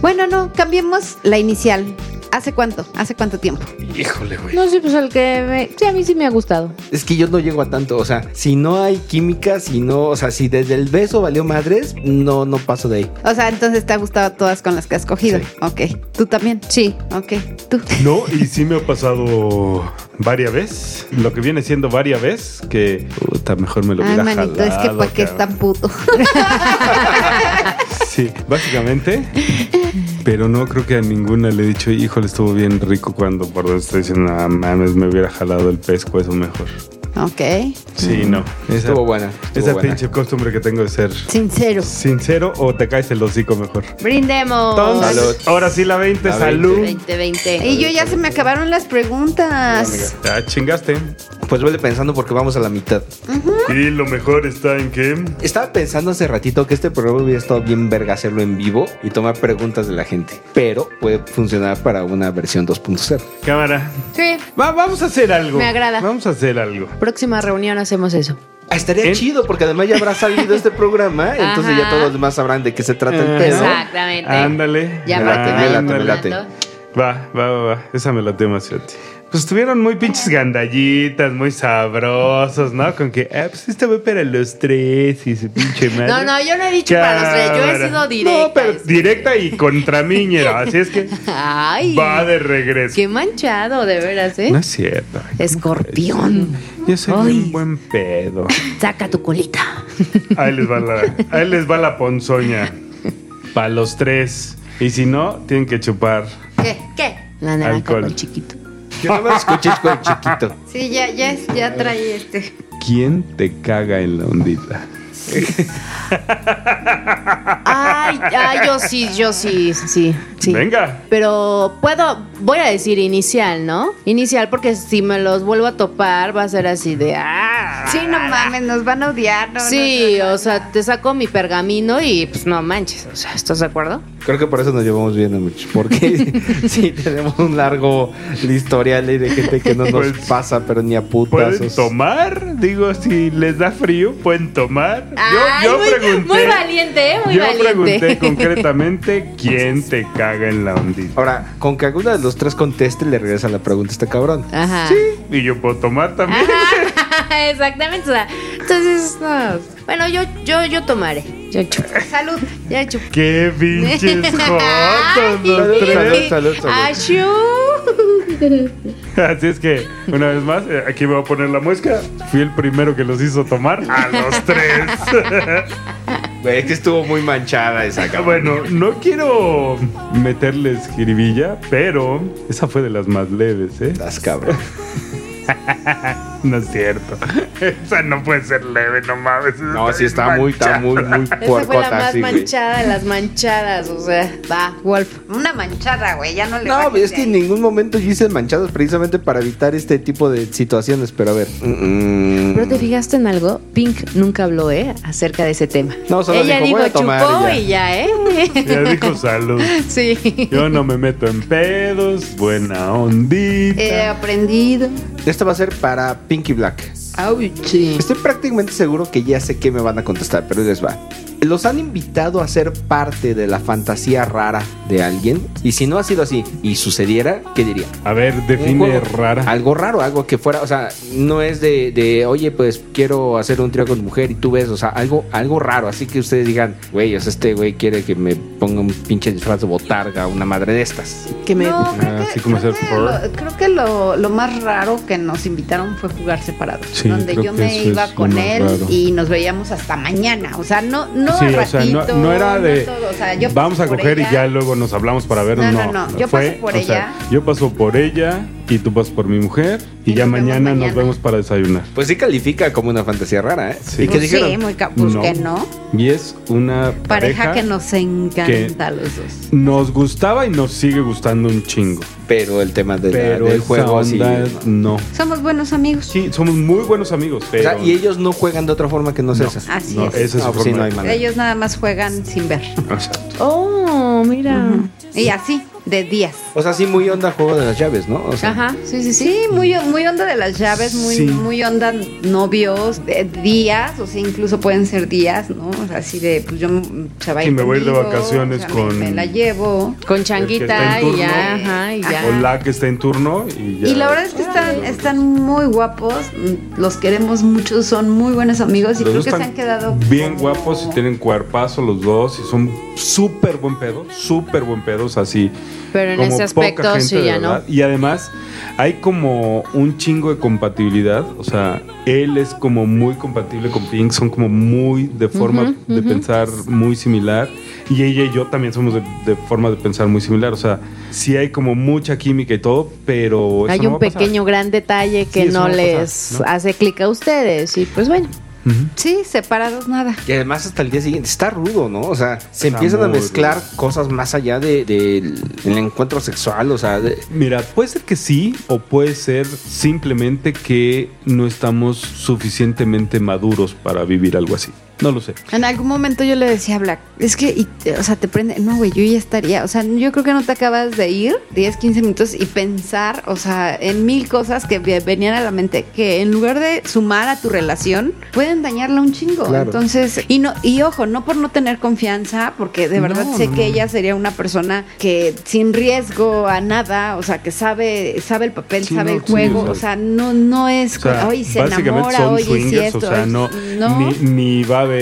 Bueno, no, cambiemos la inicial. ¿Hace cuánto? ¿Hace cuánto tiempo?
Híjole, güey.
No sé, pues el que me... Sí, a mí sí me ha gustado.
Es que yo no llego a tanto, o sea, si no hay química, si no, o sea, si desde el beso valió madres, no, no paso de ahí.
O sea, entonces te ha gustado todas con las que has cogido.
Sí.
Ok. ¿Tú también? Sí. Ok. ¿Tú?
No, y sí me ha pasado varias veces. Lo que viene siendo varias veces que puta, mejor me lo
Ay,
hubiera
Ah, manito, es que
jalado,
para qué es
cabrón.
tan puto.
Sí, básicamente. Pero no creo que a ninguna le he dicho, híjole, estuvo bien rico cuando por dentro estoy diciendo, no mames, me hubiera jalado el pesco, eso mejor.
ok.
Sí, no. Esa,
Estuvo buena. estuvo
esa
buena.
pinche costumbre que tengo de ser
Sincero.
sincero o te caes el hocico mejor.
Brindemos.
Entonces,
Salud.
ahora sí la 20,
La
salud.
20, 20.
Y yo ya se me acabaron las preguntas.
Ah, chingaste.
Pues vale pensando porque vamos a la mitad.
Y lo mejor está en que
Estaba pensando hace ratito que este programa hubiera estado bien verga hacerlo en vivo y tomar preguntas de la gente, pero puede funcionar para una versión 2.0.
cámara.
Sí.
Va- vamos a hacer algo.
Me agrada.
Vamos a hacer algo.
Próxima reunión hacemos eso.
Ah, estaría
¿En?
chido porque además ya habrá salido este programa, entonces ya
Ajá.
todos los demás sabrán de qué se trata el
Ajá.
pedo.
Exactamente.
Ándale.
Ya
para que vayan
ándale.
me late.
Va, va, va, va. Esa me la temo Fíjate. Pues estuvieron muy pinches gandallitas, muy sabrosos, ¿no? Con que, ah, pues esta va para los tres y su pinche madre.
No, no, yo no he dicho para los tres, yo he
Cámara.
sido directa.
No, pero
es-
directa y contra miñera. Así es que
Ay,
va de regreso.
qué manchado, de veras, ¿eh?
No es cierto.
Escorpión,
Yo soy
Ay.
un buen pedo.
saca tu colita.
Ahí les va la, ahí les va la ponzoña. Para los tres. Y si no, tienen que chupar.
¿Qué? ¿Qué?
La naranja
Alcohol.
con chiquito.
Que no me escuches con chiquito.
Sí, ya, ya, ya traí este.
¿Quién te caga en la ondita?
Ay, ay, yo sí, yo sí, sí, sí.
Venga.
Pero puedo, voy a decir inicial, ¿no? Inicial, porque si me los vuelvo a topar, va a ser así de. ¡Ah!
Sí, no mames, nos van a odiar. no, no,
Sí,
no, no,
o sea, te saco mi pergamino y pues no manches, o sea, ¿estás de acuerdo?
Creo que por eso nos llevamos bien, mucho porque sí tenemos un largo historial ahí de gente que no nos
Pues,
pasa, pero ni a
¿Pueden
putazos.
tomar? Digo, si les da frío, ¿pueden tomar? Yo,
Ay,
yo
muy,
pregunté.
muy valiente, ¿eh? Muy
yo
valiente.
pregunté concretamente quién te caga en la ondita.
Ahora, con que alguno de los tres conteste, le regresa la pregunta a este cabrón.
Ajá.
Y yo puedo tomar también.
Ah. Ajá, Exactamente. o sea, entonces, no. bueno, yo, yo, yo tomaré. Yo chupo.
Salud.
Ya chupo.
¡Qué pinches jotos los
Salud,
tres!
salud, salud.
Ashu.
Así es que, una vez más, eh, aquí me voy a poner la muesca. Fui el primero que los hizo tomar a los tres.
Güey, es que estuvo muy manchada esa
bueno, no quiero meterles jiribilla, pero esa fue de las más leves, ¿eh?
Estás cabrón.
No es cierto. Esa no puede ser leve, no mames.
No, sí está muy, está muy, muy
Esa fue la
puercota
más
así, güey.
manchada de las manchadas, o sea, va.
Wolf. Una manchada, güey. Ya no le
No, pues,
bajes
es que en
de ahí.
ningún momento yo hice manchadas precisamente para evitar este tipo de situaciones, pero a ver. Mm, mm.
Pero te fijaste en algo, Pink nunca habló, ¿eh? Acerca de ese tema.
No, solo
Ella
dijo,
dijo,
"Voy a tomar",
chupó
y
y ya, ¿eh?
Ya dijo salud.
sí.
Yo no me meto en pedos. Buena ondita.
He aprendido.
Este va a ser para Pinky Black.
Auchi.
Estoy prácticamente seguro que ya sé qué me van a contestar, pero ahí les va. ¿Los han invitado a ser parte de la fantasía rara de alguien? Y si no ha sido así y sucediera, ¿qué dirían?
A ver,
Un
define
juego.
rara.
Algo raro, algo que fuera, o sea, no es de, de, oye, pues quiero hacer un trío con mujer y tú ves, o sea, algo, algo raro, así que ustedes digan, güey, o sea, este güey quiere que me ponga un pinche disfraz de botarga, una madre de estas.
Que me.
No, creo
Ah,
que-
sí, como
creo
hacer
que
por-
lo- Creo que lo, lo más raro que nos invitaron fue jugar separados.
Sí,
donde
creo
yo
que
me
eso
iba
es lo
con
más
él
raro.
y nos veíamos hasta mañana. O sea, no, no
sí,
a
o sea, no,
ratito,
no era de
todo, o sea, yo
vamos
pasé
a
por
coger
ella.
y ya luego nos hablamos para ver.
No,
No,
no, no, yo pasé por
o sea,
ella.
yo paso por ella y tú pasas por mi mujer y,
Y
ya
nos vemos
mañana, nos
mañana.
vemos para desayunar.
Pues sí califica como una fantasía rara, ¿eh?
Sí.
¿Y qué
Pues sí,
dijeron?
muy ca- pues
No.
que no.
Y es una
Pareja,
pareja,
que nos encanta a los dos.
nos gustaba y nos sigue gustando un chingo.
Pero el tema de la-
pero
del
el juego
juego sí. ¿no?
no.
Somos buenos amigos.
Sí, somos muy buenos amigos,
O
pero
sea, y ellos no juegan de otra forma que no sea
No.
esa.
Así
no,
es.
esa es
Ah,
su
pues sí, no
forma.
hay manera.
Ellos nada más juegan sin ver.
Exacto.
Oh, mira.
Y así, de días.
O sea, sí, muy onda juego de las llaves, ¿no? O sea,
Ajá, sí, sí, sí.
Sí, muy, muy onda de las llaves, muy,
Sí.
muy onda novios, de días, o sea, incluso pueden ser días, ¿no? O sea, así de, pues yo mm, se va a
Sí,
ir
me voy a ir de
conmigo,
vacaciones
o sea,
con-
Me, me la llevo.
Con
está
changuita
en
y ya,
turno.
ajá, y ya.
O la que está en turno y ya.
Y la verdad es que están, están muy guapos, mm, los queremos mucho, son muy buenos amigos
Los
y creo
dos
que se
están
han quedado
bien
como-
guapos y tienen cuerpazo los dos y son súper buen pedo, súper buen pedos así.
Pero en
como
ese
poca
aspecto
gente,
sí
de
ya no.
verdad. Y además hay como un chingo de compatibilidad, o sea, él es como muy compatible con Pink, son como muy de forma de pensar muy similar y ella y yo también somos de, de forma de pensar muy similar, o sea, sí hay como mucha química y todo, pero eso
Hay
no pues,
un
va a pasar.
pequeño gran detalle que
Sí, eso
no
no va a pasar,
les
¿no?
hace clic a ustedes. Y pues bueno,
Ujú.
Sí, separados nada.
Y además hasta el día siguiente está rudo, ¿no? O sea, se
Está
empiezan a
muy
mezclar
rudo.
cosas más allá de- del del encuentro sexual, o sea, de-
Mira, puede ser que sí o puede ser simplemente que no estamos suficientemente maduros para vivir algo así. No lo sé.
En algún momento yo le decía a Black, es que, y te- o sea, te prende, no, güey, yo ya estaría, o sea, yo creo que no te acabas de ir 10, 15 minutos y pensar, o sea, en mil cosas que ve- venían a la mente, que en lugar de sumar a tu relación, pueden dañarla un chingo.
Claro.
Entonces, y no, y ojo, no por no tener confianza, porque de verdad sé que ella sería una persona que sin riesgo a nada, o sea, que sabe, sabe el papel,
Sí,
sabe
no,
el
sí,
juego,
o sea,
o sea, no, no es,
O sea,
oye, se
básicamente
enamora,
son
oye, si
swingers,
esto,
o sea,
oye,
no,
no.
Ni, ni va a haber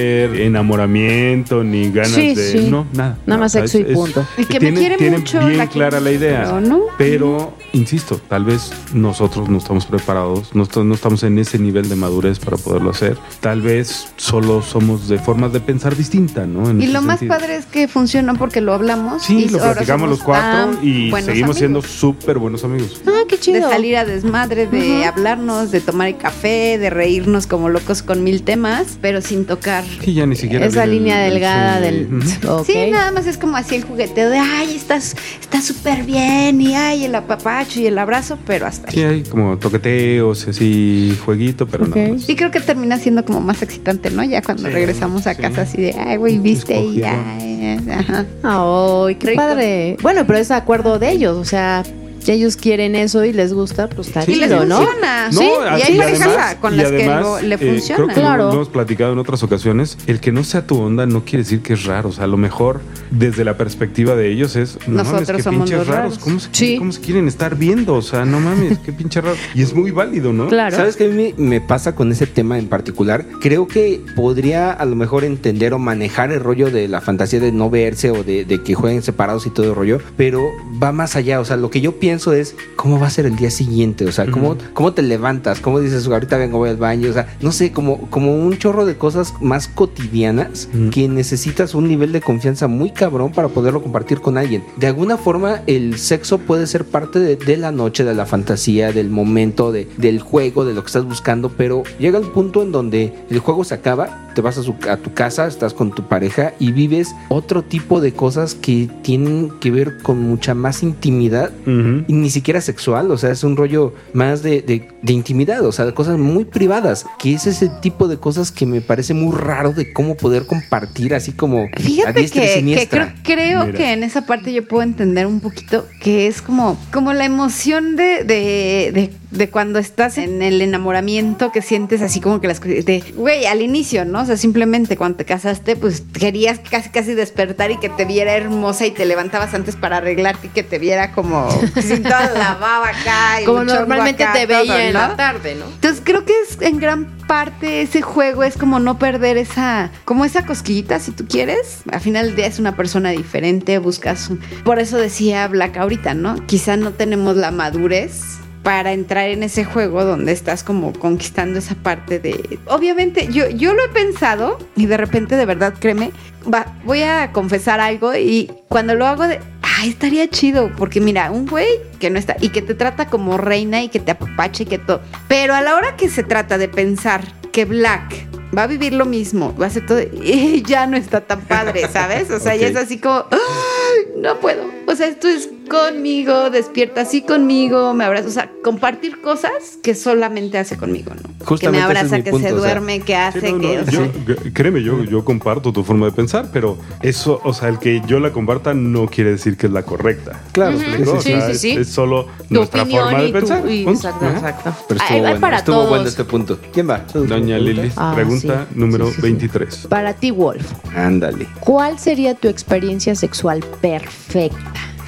enamoramiento, ni ganas
Sí,
de...
sí.
No, nada.
Nada más sexo y punto.
Y que me quiere
tienen
mucho,
bien
la que-
clara la idea.
No, no.
Pero, insisto, tal vez nosotros no estamos preparados, no, est- no estamos en ese nivel de madurez para poderlo hacer. Tal vez solo somos de formas de pensar distinta, ¿no? En
Y
ese
lo más
sentido.
padre es que funcionó porque lo hablamos.
Sí,
y
lo
ahora
platicamos
somos
los cuatro
tan
y
buenos
seguimos siendo
amigos.
súper buenos amigos.
ah, qué
De
chido.
salir a desmadre, de hablarnos, de tomar el café, de reírnos como locos con mil temas, pero sin tocar.
Que ya ni siquiera. viene
Esa
el-
línea
el-
delgada
sí.
del...
Ujú.
Ok.
Sí, nada más es como así el jugueteo de, ay, estás está súper bien, y ay, el apapacho y el abrazo, pero hasta ahí.
Sí, hay como toqueteos, así, jueguito, pero
Ok.
nada más.
Y creo que termina siendo como más excitante, ¿no? Ya cuando
Sí,
regresamos a
sí.
casa así de, ay, güey, viste y
Escogido.
ay, ajá.
Ay, qué
Rico.
padre. Bueno, pero es acuerdo de ellos, o sea, si ellos quieren eso y les gusta, pues está
Sí,
y les
chido, ¿no?
funciona.
No,
Ah, sí, y
así,
hay parejas
además-
con
y
las
además,
que lo- le
eh,
funciona.
Creo que
Claro.
lo hemos platicado en otras ocasiones. El que no sea tu onda no quiere decir que es raro. O sea, a lo mejor desde la perspectiva de ellos es. No
Nosotros
mames, qué
somos
pinches
los
raros.
raros.
¿Cómo, se,
Sí.
cómo se quieren estar viendo? O sea, no mames, qué pinche raro. Y es muy válido, ¿no?
Claro.
¿Sabes qué a mí me pasa con ese tema en particular? Creo que podría a lo mejor entender o manejar el rollo de la fantasía de no verse o de, de que jueguen separados y todo el rollo, pero va más allá. O sea, lo que yo pienso es cómo va a ser el día siguiente. O sea, cómo, cómo te levantas, cómo dices, ahorita vengo, voy al baño. O sea, no sé, como, como un chorro de cosas más cotidianas
Ujú.
que necesitas un nivel de confianza muy cabrón para poderlo compartir con alguien. De alguna forma, el sexo puede ser parte de, de la noche, de la fantasía, del momento, de- del juego, de lo que estás buscando, pero llega el punto en donde el juego se acaba, te vas a, su- a tu casa, estás con tu pareja y vives otro tipo de cosas que tienen que ver con mucha más intimidad
Ujú.
y ni siquiera sexual, o sea, es un rollo más de, de- de intimidad, o sea, de cosas muy privadas, que es ese tipo de cosas que me parece muy raro de cómo poder compartir así como a diestra
Fíjate
y
que, que creo,
siniestra.
creo
Mira.
que en esa parte yo puedo entender un poquito que es como, como la emoción de, de, de- de cuando estás en el enamoramiento que sientes así como que las cosas de, güey, al inicio, ¿no? O sea, simplemente cuando te casaste, pues querías casi casi despertar y que te viera hermosa y te levantabas antes para arreglarte y que te viera como pues, sin toda la baba acá. y
Como
el chongo
normalmente
acá,
te veía
todo,
en
¿no?
la tarde, ¿no?
Entonces creo que es en gran parte ese juego es como no perder esa, como esa cosquillita si tú quieres. Al final del día es una persona diferente, buscas un- Por eso decía Black ahorita, ¿no? Quizá no tenemos la madurez para entrar en ese juego donde estás como conquistando esa parte de... Obviamente, yo, yo lo he pensado y de repente, de verdad, créeme, va, voy a confesar algo y cuando lo hago de... Ay, estaría chido, porque mira, un güey que no está y que te trata como reina y que te apapache y que todo. Pero a la hora que se trata de pensar que Black va a vivir lo mismo, va a hacer todo, y ya no está tan padre, ¿sabes? O sea, ya
Ok.
es así como, "Ay, no puedo. O sea, esto es conmigo, despierta así conmigo, me abraza. O sea, compartir cosas que solamente hace conmigo, ¿no? que
Justamente
me
ese es
abraza,
mi
que
punto,
se
o sea,
duerme, que hace,
Sí, no,
que.
no,
o sea,
yo- g- créeme, yo, yo comparto tu forma de pensar, pero eso, o sea, el que yo la comparta no quiere decir que es la correcta.
Claro,
¿Me
sí,
explico? O
sí,
sea,
sí,
es-
sí.
Es, solo
Tu
nuestra
opinión
forma de
y tu-
pensar.
y-
punto.
exacto,
Ajá.
exacto.
Pero
Ahí
estuvo
va
bueno,
para
estuvo
todos.
bueno este punto. ¿Quién va?
Doña Lili,
Ah,
pregunta
sí.
número
Sí, sí, sí.
23.
Para ti, Wolf,
Ándale.
¿cuál sería tu experiencia sexual perfecta?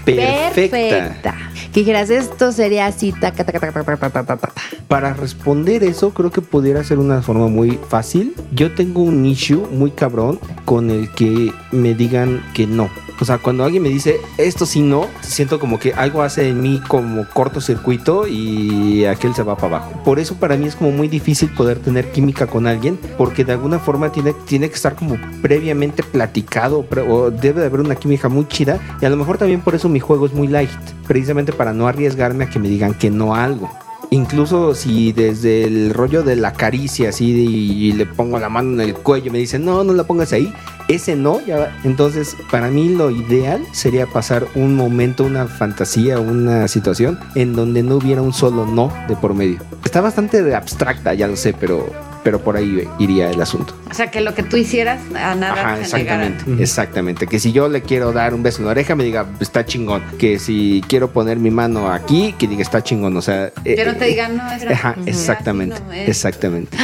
Perfecta.
Que dijeras, esto sería así, taca, taca, taca, taca, taca, taca, taca.
Para responder eso, creo que pudiera ser una forma muy fácil. Yo tengo un issue muy cabrón con el que me digan que no. O sea, cuando alguien me dice esto sí no, siento como que algo hace en mí como cortocircuito y aquel se va para abajo. Por eso para mí es como muy difícil poder tener química con alguien porque de alguna forma tiene, tiene que estar como previamente platicado pre- o debe de haber una química muy chida y a lo mejor también por eso mi juego es muy light, precisamente para no arriesgarme a que me digan que no a algo. Incluso si desde el rollo de la caricia, así, de- y, le pongo la mano en el cuello, y me dicen, no, no la pongas ahí, ese no, ya va. Entonces, para mí lo ideal sería pasar un momento, una fantasía, una situación en donde no hubiera un solo no de por medio. Está bastante abstracta, ya lo sé, pero, pero por ahí iría el asunto.
o sea, que lo que tú hicieras a nada
Ajá,
se negara.
exactamente, exactamente. Que si yo le quiero dar un beso en la oreja, me diga, está chingón. Que si quiero poner mi mano aquí, que diga, está chingón. O sea, eh,
Que no te
digan
digan, no, es
Ajá, eh. exactamente, exactamente.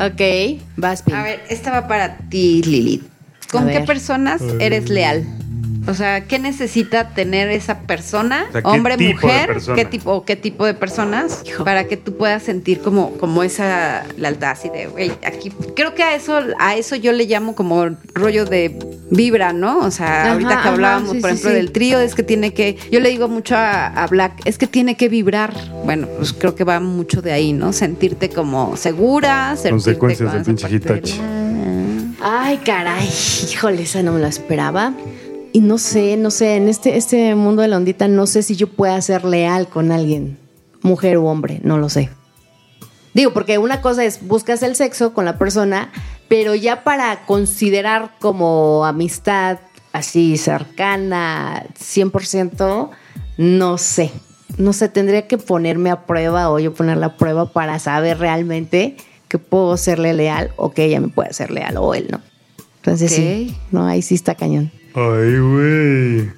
Ok, vas, Pink.
A ver, esta va para ti, Lilith.
A
¿Con qué
ver.
personas eres leal? O sea, ¿qué necesita tener esa persona,
O sea, ¿qué
hombre,
tipo de
mujer,
persona?
qué tipo o qué tipo de personas
Hijo.
para que tú puedas sentir como como esa lealtad así de, güey, aquí creo que a eso a eso yo le llamo como rollo de vibra, ¿no? O sea,
Ajá,
ahorita que
ajá,
hablábamos,
sí,
por
sí,
ejemplo,
sí.
del trío, es que tiene que yo le digo mucho a, a Black, es que tiene que vibrar. Bueno, pues creo que va mucho de ahí, ¿no? Sentirte como segura, sentirte
Consecuencias
con
del
esa
pinche
parte de
Hitachi.
la-
Ay, caray, híjole, esa no me la esperaba. Y no sé, no sé, en este, este mundo de la ondita no sé si yo pueda ser leal con alguien, mujer u hombre, no lo sé. Digo, porque una cosa es buscas el sexo con la persona, pero ya para considerar como amistad así cercana, 100%, no sé. No sé, tendría que ponerme a prueba o yo poner la prueba para saber realmente que puedo serle leal o que ella me puede ser leal o él, ¿no? Entonces sí,
Ok.
no, ahí sí está cañón.
Ay, güey.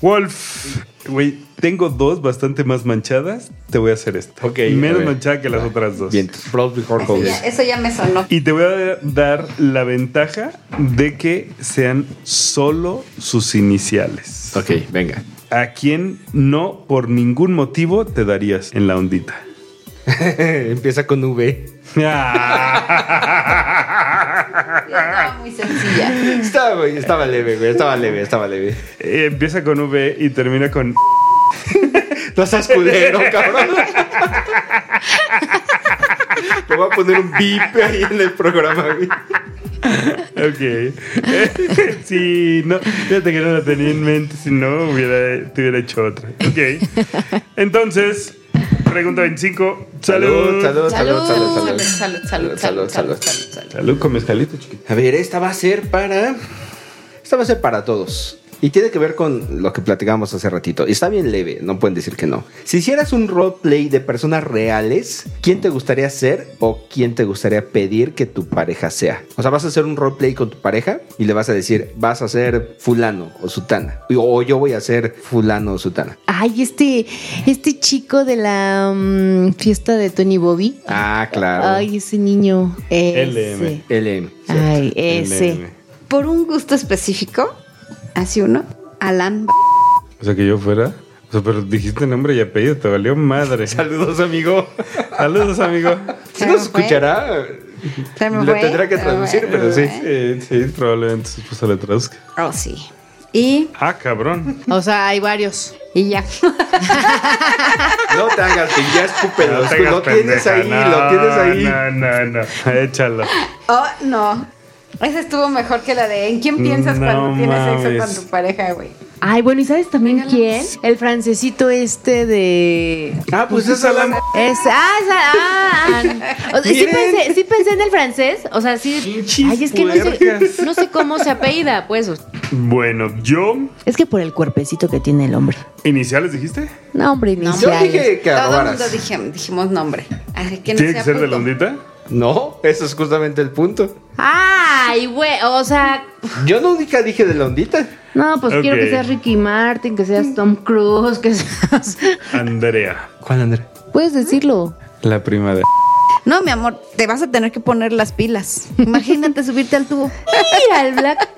Wolf. Güey, tengo dos bastante más manchadas. Te voy a hacer esta.
Ok, a
Menos
ver.
manchada que las otras dos.
Bien, Bros Before
Eso ya,
Hoes.
eso ya me sonó.
Y te voy a dar la ventaja de que sean solo sus iniciales.
Ok, venga.
¿A quién no por ningún motivo te darías en la ondita?
Empieza con V.
Ah,
Estaba muy sencilla.
Estaba, güey, estaba leve, güey. Estaba leve, estaba leve.
Eh, Empieza con V y termina con...
No seas culero, cabrón. Te voy a poner un beep ahí en el programa, güey.
Ok. sí, no. Fíjate que no la tenía en mente. Si no, hubiera, te hubiera hecho otra. Ok. Entonces, pregunta 25.
salud,
Salud.
salud, salud, salud.
salud, salud, salud, salud, salud, salud.
Salud con mezcalito, chiquito.
A ver, esta va a ser para. Esta va a ser para todos. Y tiene que ver con lo que platicamos hace ratito. Y está bien leve, no pueden decir que no. Si hicieras un roleplay de personas reales, ¿quién te gustaría ser o quién te gustaría pedir que tu pareja sea? O sea, vas a hacer un roleplay con tu pareja y le vas a decir, vas a ser fulano o sutana. O o yo voy a ser fulano o sutana.
Ay, este, este chico de la mm, fiesta de Tony Bobby.
Ah, claro.
Ay, ese niño. Ese.
LM.
LM.
Ay, ese.
LM.
Por un gusto específico, así uno, Alan. B-
O sea, que yo fuera. O sea, pero dijiste nombre y apellido, te valió madre.
Saludos, amigo.
Saludos, amigo.
Si nos
pues.
escuchará,
Se me
lo
fue,
tendrá que
se me
traducir,
fue.
pero sí.
Sí, Eh, sí, probablemente su esposa le traduzca.
Oh, sí. Y,
Ah, cabrón.
O sea, hay varios.
y ya.
No te hagas, que ya escúpelo.
te hagas
lo tienes
pendeja.
ahí,
No,
lo tienes ahí.
No, no, no. Échalo.
Oh, no. Esa estuvo mejor que la de ¿en quién piensas
No
cuando tienes
mames.
sexo con tu pareja, güey?
Ay, bueno, ¿y sabes también quién? El francesito este de.
Ah, pues esa la.
Es, ah, esa- ah, ah. O sea, sí,
Miren.
pensé, sí pensé en el francés. O sea, sí.
Pinches
Ay, es que no
puercas.
sé, no sé cómo se apellida, pues.
Bueno, yo.
Es que por el cuerpecito que tiene el hombre.
¿Iniciales dijiste?
No, hombre,
Yo
iniciales.
dije que
Todo el mundo
acabaras.
dijimos, dijimos nombre. Así que no
¿Tiene que
sea
ser de
puto.
la ondita?
No, eso es justamente el punto.
Ay, güey. O sea,
Yo no dije, dije de la ondita.
no, pues quiero
Ok.
que seas Ricky Martin, que seas Tom Cruise, que seas.
Andrea.
¿Cuál, Andrea?
Puedes decirlo.
La prima de.
No, mi amor, te vas a tener que poner las pilas. Imagínate subirte al tubo.
Mira al Black.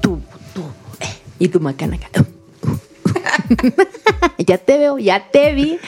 Tú, tú. eh, Y tu macanaca. ya te veo, ya te vi.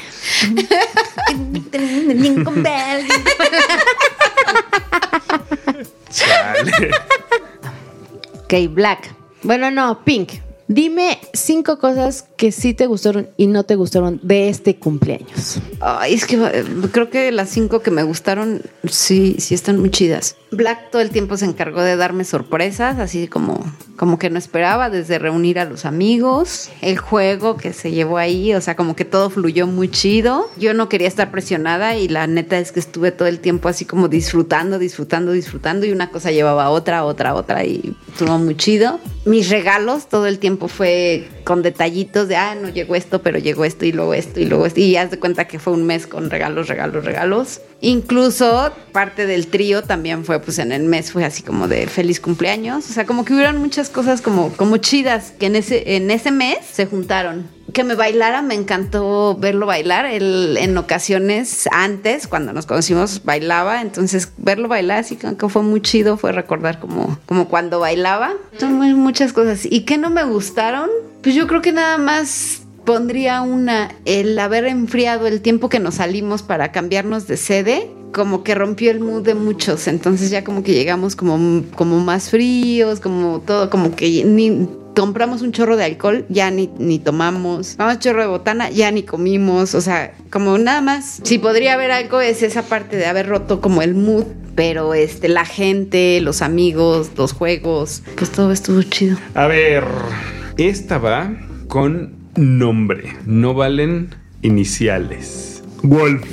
Ok, Black. Bueno, no, Pink. Dime cinco cosas que sí te gustaron y no te gustaron de este cumpleaños.
Ay, es que eh, creo que las cinco que me gustaron, sí, sí están muy chidas. Black todo el tiempo se encargó de darme sorpresas, así como, como que no esperaba, desde reunir a los amigos, el juego que se llevó ahí, o sea, como que todo fluyó muy chido. Yo no quería estar presionada y la neta es que estuve todo el tiempo así como disfrutando, disfrutando, disfrutando y una cosa llevaba a otra, otra, otra y estuvo muy chido. Mis regalos todo el tiempo fue con detallitos de, ah, no llegó esto, pero llegó esto y luego esto y luego esto. Y haz de cuenta que fue un mes con regalos, regalos, regalos. Incluso parte del trío también fue, pues en el mes fue así como de feliz cumpleaños. O sea, como que hubieron muchas cosas como, como chidas que en ese, en ese mes se juntaron que me bailara, me encantó verlo bailar. Él en ocasiones antes, cuando nos conocimos, bailaba. Entonces, verlo bailar así como que fue muy chido, fue recordar como, como cuando bailaba. Son muy- muchas cosas. ¿Y qué no me gustaron? Pues yo creo que nada más pondría una, el haber enfriado el tiempo que nos salimos para cambiarnos de sede, como que rompió el mood de muchos, entonces ya como que llegamos como, como más fríos, como todo, como que ni compramos un chorro de alcohol, ya ni, ni tomamos, vamos chorro de botana, ya ni comimos, o sea, como nada más, si podría haber algo es esa parte de haber roto como el mood, pero este, la gente, los amigos, los juegos, pues todo estuvo chido.
A ver, esta va con nombre. No valen iniciales. Wolf.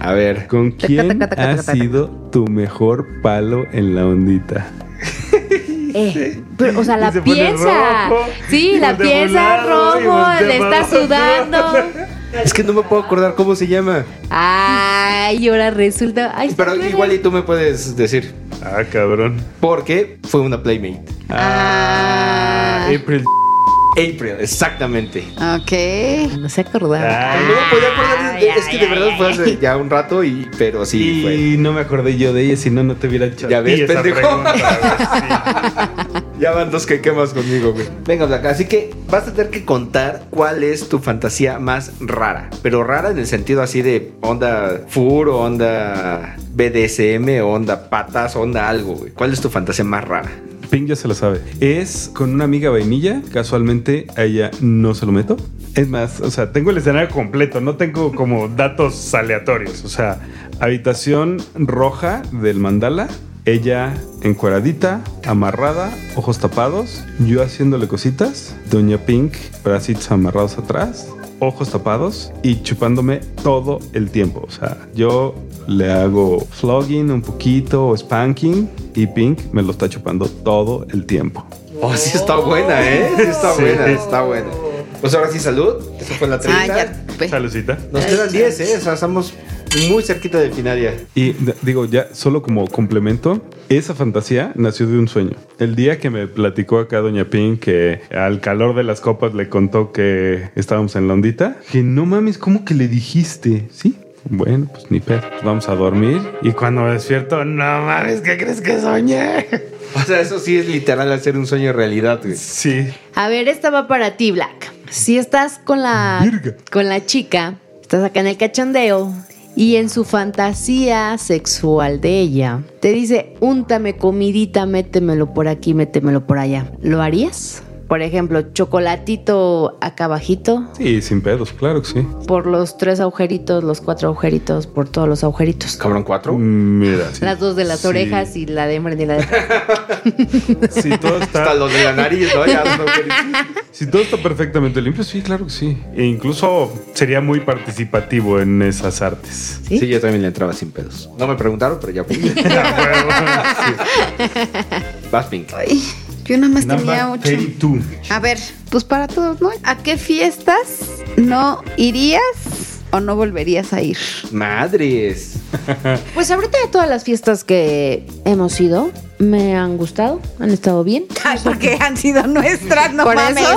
A ver.
¿Con quién ha sido tu mejor palo en la ondita?
Eh, pero, o sea, la
Y se pone
pieza.
rojo,
sí,
y
la
voltea
pieza
volado, y
rojo,
voltea
le está
volado.
sudando.
Es que no me puedo acordar cómo se llama.
Ay, ahora resulta. Ay,
Pero
espera.
igual y tú me puedes decir.
Ah, cabrón.
Porque fue una Playmate.
Ah, April.
April, exactamente.
Ok.
No se acordaba.
Ah,
No
Ay,
me podía acordar. de- es que de verdad fue hace ya un rato y. Pero sí, fue.
y no me acordé yo de ella, si no, no te hubiera echado.
Ya
a ti
ves,
esa
pendejo.
pregunta, güey, sí.
Ya van dos que quemas conmigo, güey. Venga, Blanca, así que vas a tener que contar cuál es tu fantasía más rara. Pero rara en el sentido así de onda fur, onda BDSM, onda patas, onda algo, güey. ¿Cuál es tu fantasía más rara?
Pink ya se lo sabe. Es con una amiga vainilla. Casualmente a ella no se lo meto. Es más, o sea, tengo el escenario completo, no tengo como datos aleatorios. O sea, habitación roja del mandala. Ella encueradita, amarrada, ojos tapados, yo haciéndole cositas, Doña Pink, bracitos amarrados atrás, ojos tapados y chupándome todo el tiempo. O sea, yo le hago flogging un poquito o spanking y Pink me lo está chupando todo el tiempo.
Oh, sí está buena, ¿eh? Sí está
Sí.
buena, está buena. Pues ahora sí, salud. Esa fue la 30.
Ah, ya topé.
Salucita.
Nos quedan 10, ¿eh? O sea, estamos muy cerquita del final ya.
Y d- digo, ya solo como complemento, esa fantasía nació de un sueño. El día que me platicó acá Doña Pin que al calor de las copas le contó que estábamos en la ondita, que no mames, ¿cómo que le dijiste? Sí. Bueno, pues ni pedo. Pues Vamos a dormir. Y cuando me despierto, no mames, ¿qué crees que soñé?
O sea, eso sí es literal hacer un sueño realidad, güey.
Sí.
A ver, esta va para ti, Black. Si estás con la
Virga.
con la chica, estás acá en el cachondeo y en su fantasía sexual de ella te dice, "Úntame comidita, métemelo por aquí, métemelo por allá." ¿Lo harías? por ejemplo, chocolatito acá abajito,
Sí, sin pedos, claro que sí.
por los tres agujeritos, los cuatro agujeritos, por todos los agujeritos.
Cabrón 4.
Mira. sí.
Las dos de las
Sí.
orejas y la de hembra y la de...
Si todo
Hasta
está,
los de la nariz, ¿no? Ya, no,
si todo está perfectamente limpio, sí, claro que sí. E incluso sería muy participativo en esas artes.
¿Sí? yo también le entraba sin pedos. No me preguntaron, pero ya. pude. Vas, Pink.
Ay, yo nada más tenía
Number
ocho.
32.
A ver, pues para todos, ¿no? ¿A qué fiestas no irías o no volverías a ir?
Madres.
Pues ahorita de todas las fiestas que hemos ido, me han gustado, han estado bien.
porque han sido nuestras, no Por eso.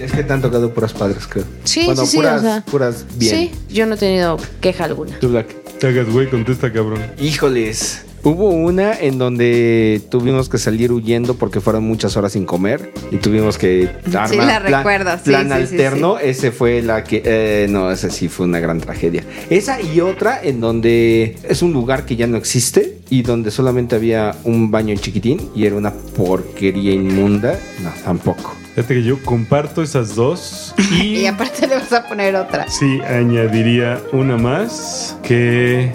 Es que te han tocado puras padres, creo.
Sí,
bueno,
sí, sí,
puras,
o sea,
puras bien.
Sí, yo no he tenido queja alguna.
Tú, Black.
Te hagas, güey, contesta, cabrón.
Híjoles. Hubo una en donde tuvimos que salir huyendo porque fueron muchas horas sin comer y tuvimos que armar
la recuerdo, sí,
plan
sí, sí,
alterno. Ese fue la que eh, no, esa sí fue una gran tragedia. Esa y otra en donde es un lugar que ya no existe y donde solamente había un baño chiquitín y era una porquería inmunda. No, tampoco.
Fíjate que yo comparto esas dos y,
Y aparte le vas a poner otra.
sí añadiría una más que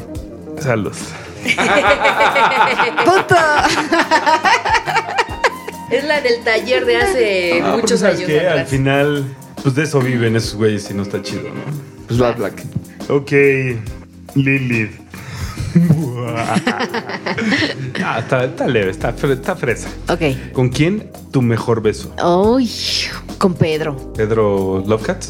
salud.
¡Punto!
Es la del taller de hace
Ah, porque sabes que al final, pues de eso viven esos güeyes y no está chido, ¿no?
Pues va, Black.
Ok, Lilith. Ah, está, está leve, está, fre- está fresa.
Ok.
¿Con quién tu mejor beso?
Ay, con Pedro.
¿Pedro Lovecat?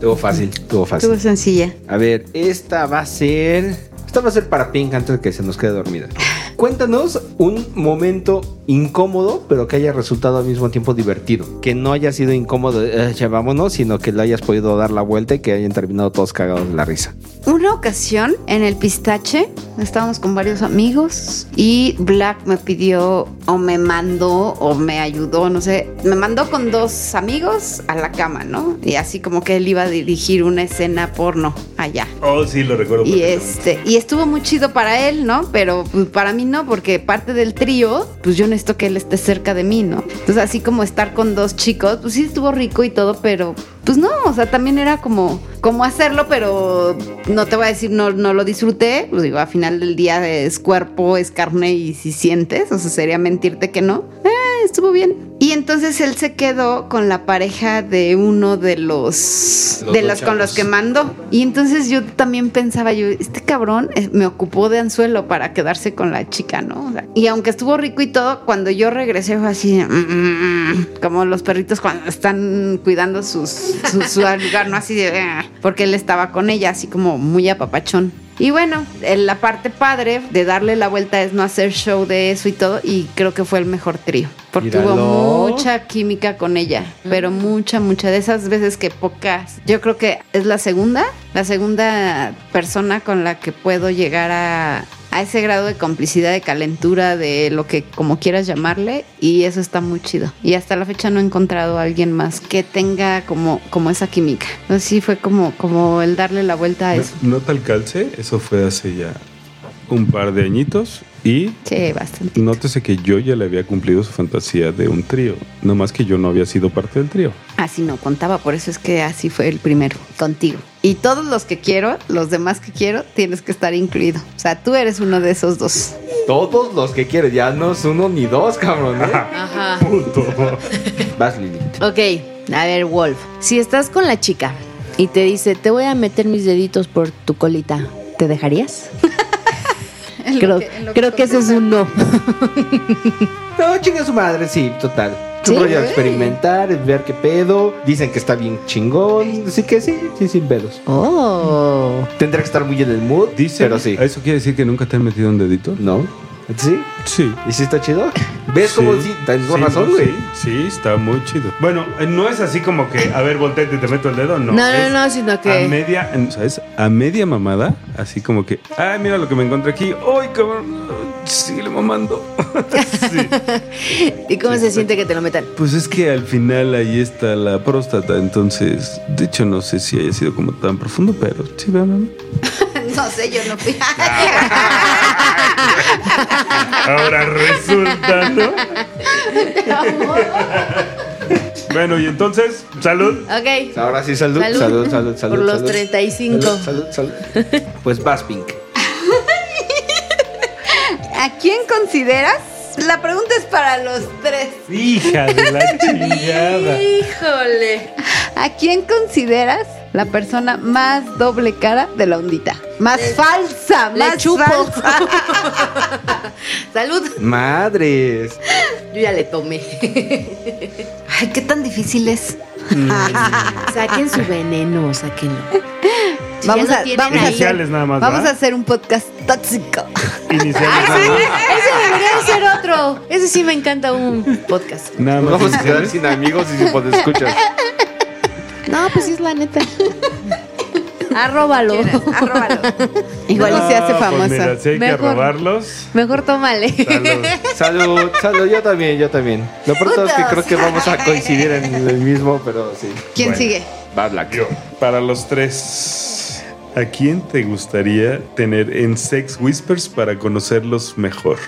Tuvo fácil, tuvo fácil.
Estuvo sencilla.
A ver, esta va a ser. Esta va a ser para Pink antes de que se nos quede dormida. Cuéntanos un momento incómodo, pero que haya resultado al mismo tiempo divertido. Que no haya sido incómodo, eh, ya vámonos, sino que le hayas podido dar la vuelta y que hayan terminado todos cagados de la risa.
Una ocasión en el pistache, estábamos con varios amigos y Black me pidió o me mandó o me ayudó, no sé, me mandó con dos amigos a la cama, ¿no? Y así como que él iba a dirigir una escena porno allá.
Oh, sí, lo recuerdo.
Y
perfectamente.
este, y estuvo muy chido para él, ¿no? Pero pues, para mí no, porque parte del trío, pues yo necesito que él esté cerca de mí, ¿no? Entonces, así como estar con dos chicos, pues sí estuvo rico y todo, pero pues no, o sea, también era como como hacerlo, pero no te voy a decir no no lo disfruté, pues digo, al final del día es cuerpo, es carne y si sientes, o sea, sería mentirte que no. Eh, estuvo bien. Y entonces él se quedó con la pareja de uno de los,
Los
de
dos
los con los
chavos.
que mandó. Y entonces yo también pensaba, yo, este cabrón eh, me ocupó de anzuelo para quedarse con la chica, ¿no? O sea, y aunque estuvo rico y todo, cuando yo regresé fue así, mm, mm, mm, como los perritos cuando están cuidando sus, su, su lugar, ¿no? Así de, "Ah", porque él estaba con ella, así como muy apapachón. Y bueno, eh, la parte padre de darle la vuelta es no hacer show de eso y todo, y creo que fue el mejor trío, porque hubo
Míralo.
mucha mucha química con ella, pero mucha, mucha. De esas veces que pocas. Yo creo que es la segunda, la segunda persona con la que puedo llegar a, a ese grado de complicidad, de calentura, de lo que como quieras llamarle. Y eso está muy chido. Y hasta la fecha no he encontrado a alguien más que tenga como, como esa química. Así fue como, como el darle la vuelta a eso.
No, no te alcance, eso fue hace ya un par de añitos y
Sí, bastante.
Nótese que yo ya le había cumplido su fantasía de un trío, no más que yo no había sido parte del trío.
Así Ah, no contaba, por eso es que así fue el primero, contigo. Y todos los que quiero, los demás que quiero, tienes que estar incluido. O sea, tú eres uno de esos dos.
Todos los que quieres, ya no es uno ni dos, cabrón. ¿eh?
Ajá.
Vas, Lilith.
Ok, a ver, Wolf. Si estás con la chica y te dice, te voy a meter mis deditos por tu colita, ¿te dejarías? creo creo que ese es un no.
No, chinga su madre, sí, total. Es un
Sí.
rollo de experimentar, es ver qué pedo. Dicen que está bien chingón. Así que sí, sí, sin pedos.
Oh.
Tendrá que estar muy en el mood,
Dice,
pero sí.
¿eso quiere decir que nunca te han metido un dedito?
¿No? ¿Sí?
Sí.
¿Y si está chido? ¿Ves cómo sí? Tienes
Sí,
razón,
no,
güey.
Sí, sí, está muy chido. Bueno, eh, no es así como que, a ver, volteate y te meto el dedo, no.
No, no,
es
no, sino
A
que.
media, en- o sea, es a media mamada, así como que, ay, mira lo que me encontré aquí, ay, cabrón, sigue mamando. sí.
¿Y cómo
Sí,
se
sí.
siente que te lo metan?
Pues es que al final ahí está la próstata, entonces, de hecho no sé si haya sido como tan profundo, pero sí, vean.
No sé, yo no fui.
Ahora resulta, ¿no? Bueno, y entonces, salud.
ok.
Ahora sí, salud,
Salud.
salud, salud, salud. salud
Por los 35.
Salud, salud, salud. Pues vas, Pink.
¿A quién consideras? La pregunta es para los tres.
Hija de la chingada.
Híjole.
¿A quién consideras la persona más doble cara de la ondita? Más falsa,
Le
más
chupo.
falsa.
Salud.
Madres.
Yo ya le tomé.
Ay, qué tan difícil es.
Saquen su veneno, sáquenlo. Si ya
vamos
lo
a,
tienen
vamos a
ahí.
hacer,
Iniciales nada más.
vamos a
¿verdad?
hacer un podcast tóxico.
Iniciales nada más.
Ese debería ser otro. Ese sí me encanta un podcast.
Nada
Nos
más ¿eh?
vamos a quedar
iniciales.
sin amigos y sin poder escuchar.
No, pues sí es la neta.
Arróbalo.
Arróbalo. Igual
No,
y se hace
pues
famosa.
mira, si hay que
Mejor.
robarlos.
Mejor tómale.
Salud, salud, salud. Yo también, yo también. Lo pronto es que
Juntos.
creo que vamos a coincidir en el mismo, pero sí.
¿Quién
Bueno.
sigue?
Va, Black.
Yo, para los tres. ¿A quién te gustaría tener en Sex Whispers para conocerlos mejor?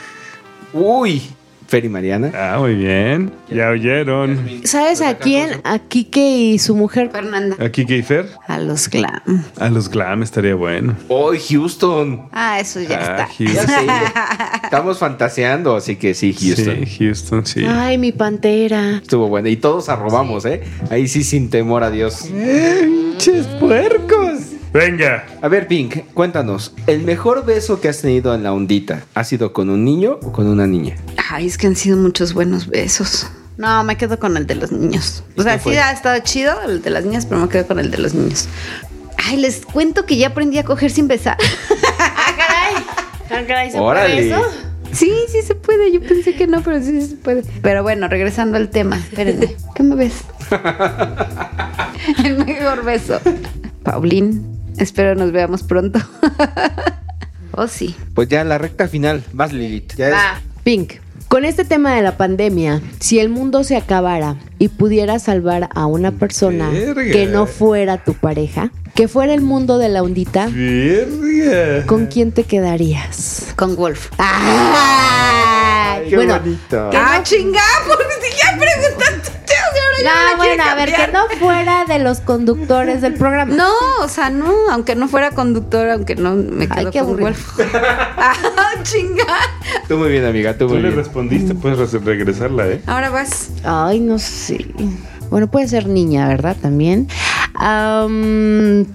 Uy. Fer y Mariana.
Ah, muy bien. Ya oyeron.
¿Sabes a quién? A Kike y su mujer. Fernanda.
¿A Kike y Fer?
A los glam.
A los glam estaría bueno.
Hoy Houston.
Ah, eso ya
Ah,
Ya
está.
Houston.
sé. Estamos fantaseando, así que sí, Houston.
Sí, Houston, sí.
Ay, mi pantera.
Estuvo bueno. Y todos arrobamos, ¿eh? Ahí sí, sin temor a Dios.
¡Pinches puercos! Venga.
A ver, Pink, cuéntanos. ¿El mejor beso que has tenido en la ondita ha sido con un niño o con una niña?
Ay, es que han sido muchos buenos besos. No, me quedo con el de los niños. O sea,
qué fue?
sí ha estado chido el de las niñas, pero me quedo con el de los niños. Ay, les cuento que ya aprendí a coger sin besar.
Ah,
¡Órale!
Sí, sí se puede. Yo pensé que no, pero sí se puede. Pero bueno, regresando al tema. Espérenme. ¿Qué me ves? El mejor beso. Paulín, espero nos veamos pronto. Oh, sí.
Pues ya en la recta final. Vas, Lilith. Ya es-
Pink. Con este tema de la pandemia, si el mundo se acabara y pudiera salvar a una persona
Verga.
que no fuera tu pareja, que fuera el mundo de la ondita,
Verga.
¿con quién te quedarías?
Con Wolf.
Ay,
¡Qué
bueno,
bonito!
¡Ah, chingada! Porque si ya preguntaste, ahora ya
no,
la quiere
bueno, a ver, que
cambiar.
no fuera de los conductores del programa.
No, o sea, no, aunque no fuera conductor, aunque no me
Ay,
quedo
qué
con
aburrido.
Wolf. ¡Ah, chingada!
Tú muy bien, amiga. Tú
Tú
muy
le
bien.
respondiste, puedes re- regresarla, ¿eh?
Ahora vas.
Ay, no sé. Bueno, puede ser niña, ¿verdad? También. Am,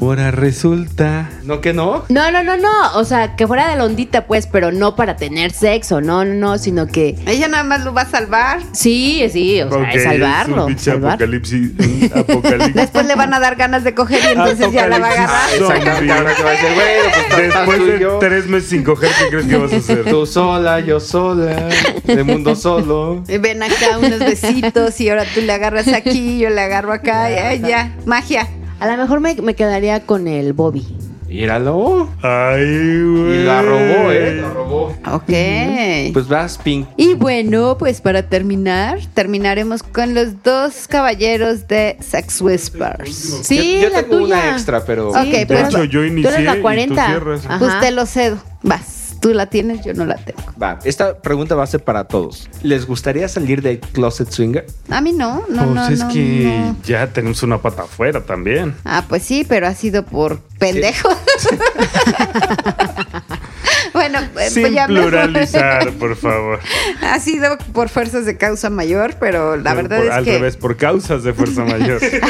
Ahora resulta.
¿No que no?
no, no, no, no. O sea, que fuera de la ondita, pues, pero no para tener sexo, no, no, no, sino que.
Ella nada más lo va a salvar.
Sí, sí, o sea,
Ok,
es
un
salvarlo.
pinche
salvarlo.
apocalipsis. un apocalipsis.
Después le van a dar ganas de coger y entonces ya la va a agarrar.
Apocalipsis zombie.
Exactamente. Ahora que va a decir, bueno, pues estás- estás
Después
tú y
de
yo.
tres meses sin coger, ¿qué crees que vas a hacer?
Tú sola, yo sola. De mundo solo.
Eh, Ven acá unos besitos y ahora tú le agarras aquí, yo le agarro acá. y, ay, ya, magia.
A lo mejor me, me quedaría con el Bobby.
Míralo.
Ay, güey.
Y la robó, ¿eh? La robó.
Ok.
Pues vas, Pink.
Y bueno, pues para terminar, terminaremos con los dos caballeros de Sex Whispers.
Sí,
yo, yo
la
tengo
tuya.
una extra, pero.
Ok,
Sí,
pues
De hecho, yo
tú eres
inicié
la
y
40.
tú cierras.
Ajá.
Pues te lo cedo. Vas, tú la tienes, yo no la tengo.
Va, esta pregunta va a ser para todos. ¿Les gustaría salir del closet swinger?
A mí no, no,
pues
no.
es
no,
que
no.
ya tenemos una pata afuera también.
Ah, pues sí, pero ha sido por pendejo. bueno, pues
Sin
pues ya mejor.
pluralizar, por favor.
Ha sido por fuerzas de causa mayor, pero la
Por-
verdad
por-
es
al
que.
revés, por causas de fuerza mayor.
Pero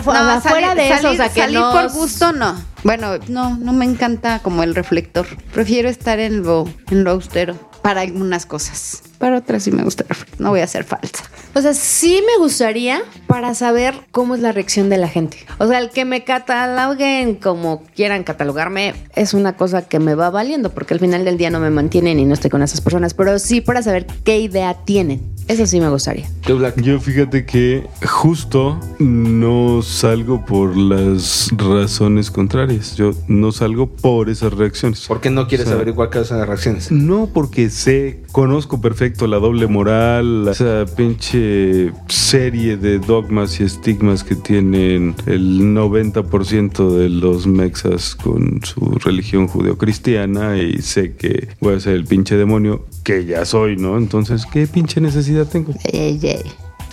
fu-
No,
afuera
salir-
de eso, o
salir-
sea, que
salir
no.
por gusto no. Bueno, no, no me encanta como el reflector. Prefiero estar en lo, en lo austero para algunas cosas. Para otras sí me gusta el reflector. No voy a ser falsa.
O sea, sí me gustaría para saber cómo es la reacción de la gente. O sea, el que me cataloguen como quieran catalogarme es una cosa que me va valiendo porque al final del día no me mantienen y no estoy con esas personas. Pero sí para saber qué idea tienen. Eso sí me gustaría.
Tú, Black.
Yo fíjate que justo no salgo por las razones contrarias. Yo no salgo por esas reacciones.
¿Por qué no quieres
O sea,
averiguar cuáles son las reacciones?
No, porque sé, conozco perfecto la doble moral, esa pinche serie de dogmas y estigmas que tienen el 90% de los mexas con su religión judeocristiana y sé que voy a ser el pinche demonio que ya soy, ¿no? Entonces, ¿qué pinche necesidad tengo?
Ey, ey.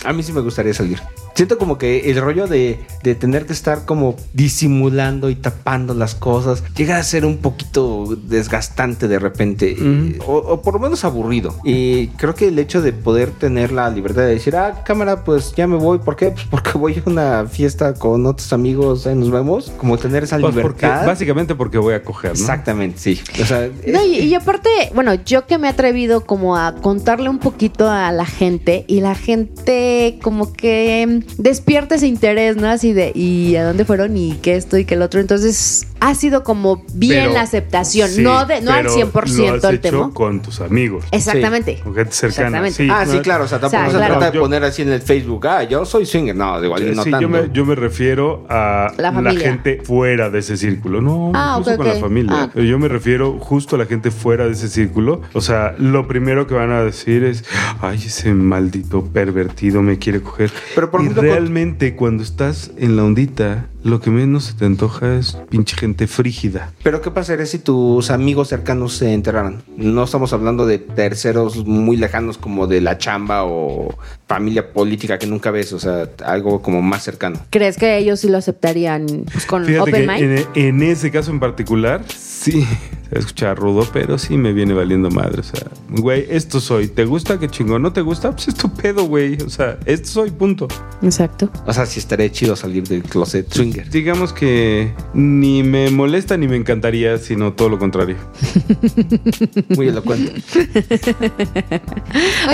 A mí sí me gustaría salir. Siento como que el rollo de, de tener que estar como disimulando y tapando las cosas llega a ser un poquito desgastante de repente y- o, o por lo menos aburrido. Y creo que el hecho de poder tener la libertad de decir, ah, cámara, pues ya me voy. ¿Por qué? Pues porque voy a una fiesta con otros amigos, ahí nos vemos. Como tener esa
Pues
libertad.
porque- básicamente porque voy a coger, ¿no?
Exactamente, sí. O sea,
No, y, y aparte, bueno, yo que me he atrevido como a contarle un poquito a la gente y la gente como que mm, despierta ese interés, ¿no? Así de, ¿y a dónde fueron? ¿Y qué esto? ¿Y qué el otro? Entonces, ha sido como bien
Pero-
la aceptación,
Sí,
no, de, no al
pero
100%
lo has
el
hecho
tema.
con tus amigos.
Exactamente.
Con gente cercana.
Exactamente.
Sí,
ah, sí, claro. O sea, tampoco
O sea,
se
claro.
trata de
Yo-
poner así en el Facebook, ah, yo soy swinger. No, igual y no
Sí,
tanto.
yo me, yo me refiero a
La
la,
familia.
gente fuera de ese círculo. No,
Ah,
incluso
ok,
con
ok.
la familia.
Ah.
Pero yo me refiero justo a la gente fuera de ese círculo. O sea, lo primero que van a decir es: Ay, ese maldito pervertido me quiere coger.
Pero, por
y
ejemplo,
realmente, cuando estás en la ondita, lo que menos se te antoja es pinche gente frígida.
Pero ¿qué pasaría si tus amigos cercanos se enteraran? No estamos hablando de terceros muy lejanos como de la chamba o familia política que nunca ves, o sea, algo como más cercano.
¿Crees que ellos sí lo aceptarían pues, con
Fíjate que
open mind?
en, e, en ese caso en particular, sí, se va a escuchar rudo, pero sí me viene valiendo madre. O sea, güey, esto soy. ¿Te gusta? ¿Qué chingón? ¿No te gusta? Pues es tu pedo, güey. O sea, esto soy, punto.
Exacto.
O sea, sí estaría chido salir del closet swinger.
Digamos que ni me molesta ni me encantaría, sino todo lo contrario.
Muy elocuente.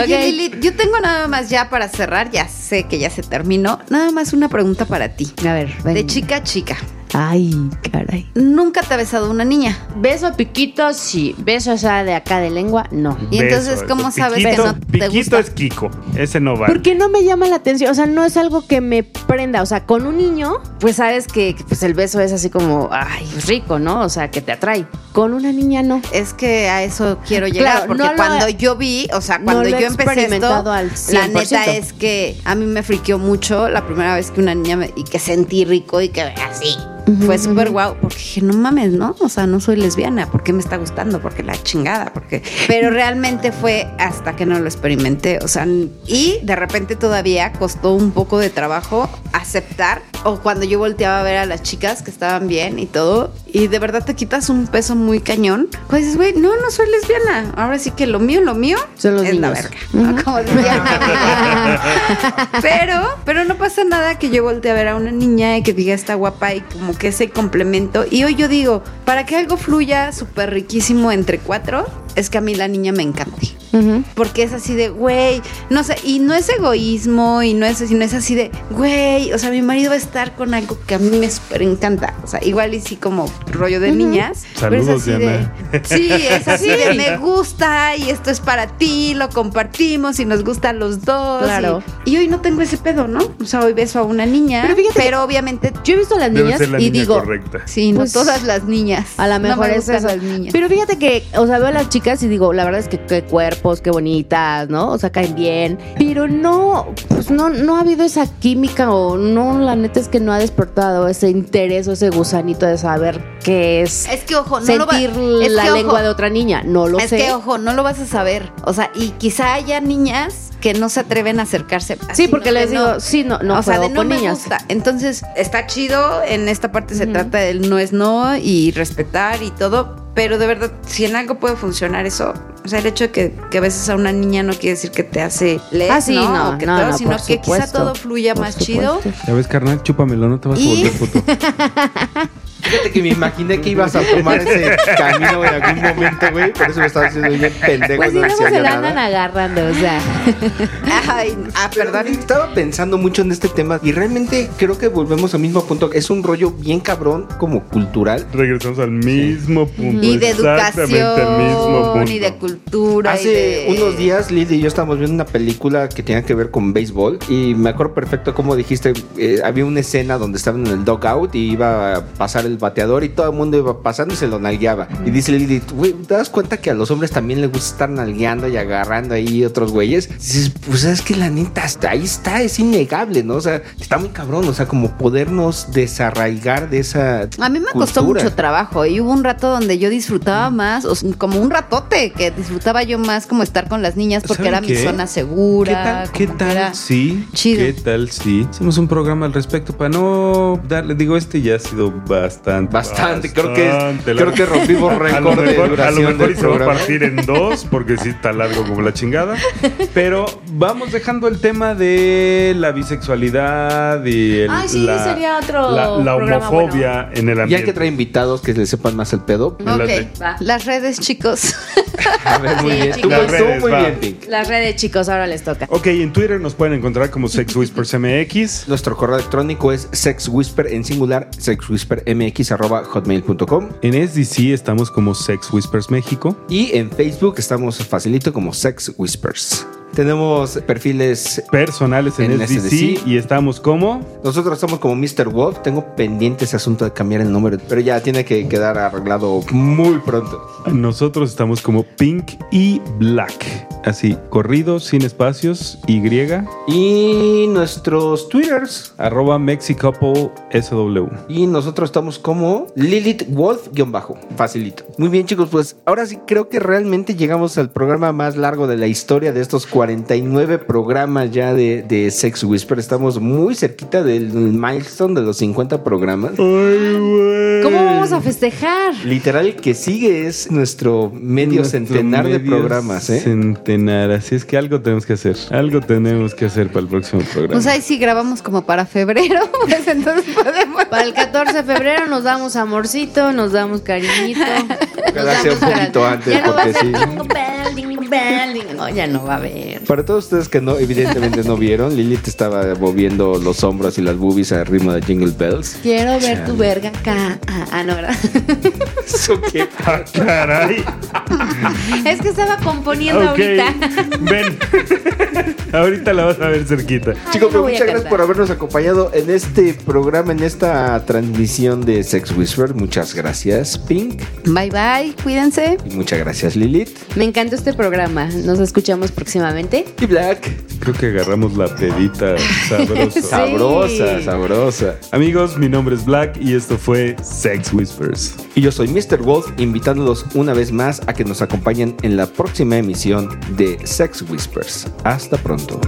Oye,
Ok.
Lili, yo tengo nada más ya para cerrar, ya sé que ya se terminó, nada más una pregunta para ti.
A ver,
De
ven.
chica a chica,
Ay, caray.
nunca te ha besado una niña.
Beso a piquito, sí. Beso o sea de acá de lengua, no.
Y entonces, ¿cómo sabes que no te gusta?
es Kiko. Ese no va.
Porque no me llama la atención, o sea, no es algo que me prenda, o sea, con un niño, pues sabes que pues el beso es así como, ay, rico, ¿no? O sea, que te atrae. Con una niña no.
Es que a eso quiero llegar,
Claro,
porque
no lo-
cuando yo vi, o sea,
no
cuando
lo he
yo empecé esto,
experimentado al
la
100%.
neta es que a mí me friqueó mucho la primera vez que una niña me- y que sentí rico y que así. Fue súper guau, porque dije, no mames, ¿no? O sea, no soy lesbiana, ¿por qué me está gustando? Porque la chingada, porque... Pero realmente fue hasta que no lo experimenté, o sea, n- y de repente todavía costó un poco de trabajo aceptar, o cuando yo volteaba a ver a las chicas que estaban bien y todo, y de verdad te quitas un peso muy cañón, pues dices, güey, no, no soy lesbiana, ahora sí que lo mío, lo mío
Son los
es la
niños.
verga, ¿no? Como diría. Pero, pero no pasa nada que yo voltee a ver a una niña y que diga está guapa y como que ese complemento. Y hoy yo digo, para que algo fluya súper riquísimo entre cuatro, es que a mí la niña me encante. Porque es así de, güey, no sé, y no es egoísmo y no es, sino es así de, güey, o sea, mi marido va a estar con algo que a mí me súper encanta. O sea, igual y sí como rollo de niñas. pero es
Saludos,
así
Diana.
de, sí, es así de, me gusta y esto es para ti, lo compartimos y nos gustan los dos.
Claro.
Y, y hoy no tengo ese pedo, ¿no? O sea, hoy beso a una niña,
Pero
pero,
fíjate
obviamente,
Yo he visto a las
Debe
niñas
ser la
y
niña
digo,
correcta.
sí, no
Pues,
todas las niñas.
a lo
No
mejor
me
es
gustan
eso.
las niñas.
Pero fíjate que, o sea, veo a las chicas y digo, la verdad es que qué cuerpos, qué bonitas, ¿no? O sea, caen bien. Pero no, pues no, no ha habido esa química o no, la neta es que no ha despertado ese interés o ese gusanito de saber qué es,
es que ojo, Eh, no lo va-
sentir
es
la
que, ojo,
lengua de otra niña. No lo
es
sé.
que ojo, no lo vas a saber. O sea, y quizá haya niñas que no se atreven a acercarse.
sí,
así,
porque
¿no?
les
Que
digo,
no-
sí, no, no,
o sea,
puedo
de no
con
me
niñas.
gusta. Entonces, está chido, en esta parte se trata del no es no y respetar y todo, pero de verdad, si en algo puede funcionar eso, o sea, el hecho de que, que a veces a una niña no quiere decir que te hace leer,
Ah, sí,
¿no?
no,
O que
no,
todo,
no,
sino
por
que quizá
supuesto,
todo fluya
por
más
supuesto.
chido.
Ya ves, carnal, chúpamelo, no te vas
Y-
a volver puto.
Fíjate que me imaginé que ibas a tomar ese camino en algún momento, güey. Por eso me estaba haciendo bien pendejo.
Pues si
no
luego
decía
se
yo
la
nada.
andan agarrando, o sea.
Ay, ah,
Pero
perdón.
Dani, estaba pensando mucho en este tema y realmente creo que volvemos al mismo punto. Es un rollo bien cabrón como cultural.
Regresamos al mismo punto.
Y de
Pues exactamente al mismo
educación,
punto.
y de cultura. y
Hace
de-
unos días Lidia y yo estábamos viendo una película que tenía que ver con béisbol y me acuerdo perfecto cómo dijiste, eh, había una escena donde estaban en el dugout y iba a pasar el bateador y todo el mundo iba pasando y se lo nalgueaba. Y dice Lidia, güey, ¿te das cuenta que a los hombres también les gusta estar nalgueando y agarrando ahí otros güeyes? Y dices, pues es que la neta, hasta ahí está, es innegable, ¿no? O sea, está muy cabrón, o sea, como podernos desarraigar de esa...
A mí me costó
cultura.
mucho trabajo y hubo un rato donde yo disfrutaba más, o sea, como un ratote, que disfrutaba yo más como estar con las niñas porque
¿Saben
era mi
qué?
zona
¿Qué
segura.
tal, qué
como
tal
que era-
sí?
chido.
¿Qué tal sí? Hicimos un programa al respecto para no darle. Digo, este ya ha sido bastante.
Bastante, creo que, es-
Bastante, la-
creo que rompimos
A lo
récord de
mejor, a lo
duración
mejor
del
y se va a
programa.
partir en dos, porque sí está largo como la chingada. Pero vamos dejando el tema de la bisexualidad y el-
Ay, sí,
la,
sería otro
la, la
programa
homofobia en el
Ya
ambiente.
que trae invitados que le sepan más el pedo.
En las de-
Ok, las redes, chicos.
A ver, muy
Sí,
bien. Tú, pues,
chicos.
tú
Las redes,
muy
va.
bien, Pink.
Las redes, chicos, ahora les toca.
Ok, en Twitter nos pueden encontrar como Sex Whispers MX.
Nuestro correo electrónico es sexwhisper en singular, sexwhispermx.hotmail.com
En SDC estamos como Sex Whispers México.
y en Facebook estamos facilito como Sex Whispers. Tenemos perfiles,
Personales en,
En
SDC,
SDC.
y estamos como
nosotros somos como Mr. Wolf, tengo pendiente ese asunto de cambiar el número, pero ya tiene que quedar arreglado muy pronto.
nosotros estamos como Pink y Black. Así, corrido, sin espacios, Y,
Y nuestros Twitters,
arroba Mexicouple SW.
Y nosotros estamos como Lilith Wolf-bajo. Facilito. Muy bien, chicos, pues ahora sí creo que realmente llegamos al programa más largo de la historia de estos 49 programas ya de, de Sex Whisper. Estamos muy cerquita del milestone de los 50 programas.
¿Cómo vamos a festejar?
Literal, el que sigue es nuestro medio
Nuestro
centenar de
medio
programas, ¿eh?
Centenar, así es que algo tenemos que hacer. Algo tenemos que hacer para el próximo programa.
Pues ahí sí grabamos como para febrero, pues entonces podemos.
Para el 14 de febrero nos damos amorcito, nos damos cariñito.
Ojalá sea un poquito antes, porque sí.
No, ya no va a haber.
Para todos ustedes que no, evidentemente no vieron, Lilith estaba moviendo los hombros y las boobies al ritmo de Jingle Bells.
Quiero ver tu verga acá. Ah, ah, no, ¿verdad?
¿Eso qué?
Ah, caray.
Es que estaba componiendo
Ok.
ahorita.
Ven. ahorita la vas a ver cerquita.
Chicos, pues
no voy a
muchas gracias
cantar.
por habernos acompañado en este programa, en esta transmisión de Sex Whisper. Muchas gracias, Pink.
Bye bye, cuídense.
Y muchas gracias, Lilith.
Me encantó este programa. Nos escuchamos próximamente.
Y Black.
Creo que agarramos la pedita sabrosa.
Sabrosa, sabrosa.
Amigos, mi nombre es Black y esto fue Sex Whispers.
Y yo soy Mr. Wolf, invitándolos una vez más a que nos acompañen en la próxima emisión de Sex Whispers. Hasta pronto.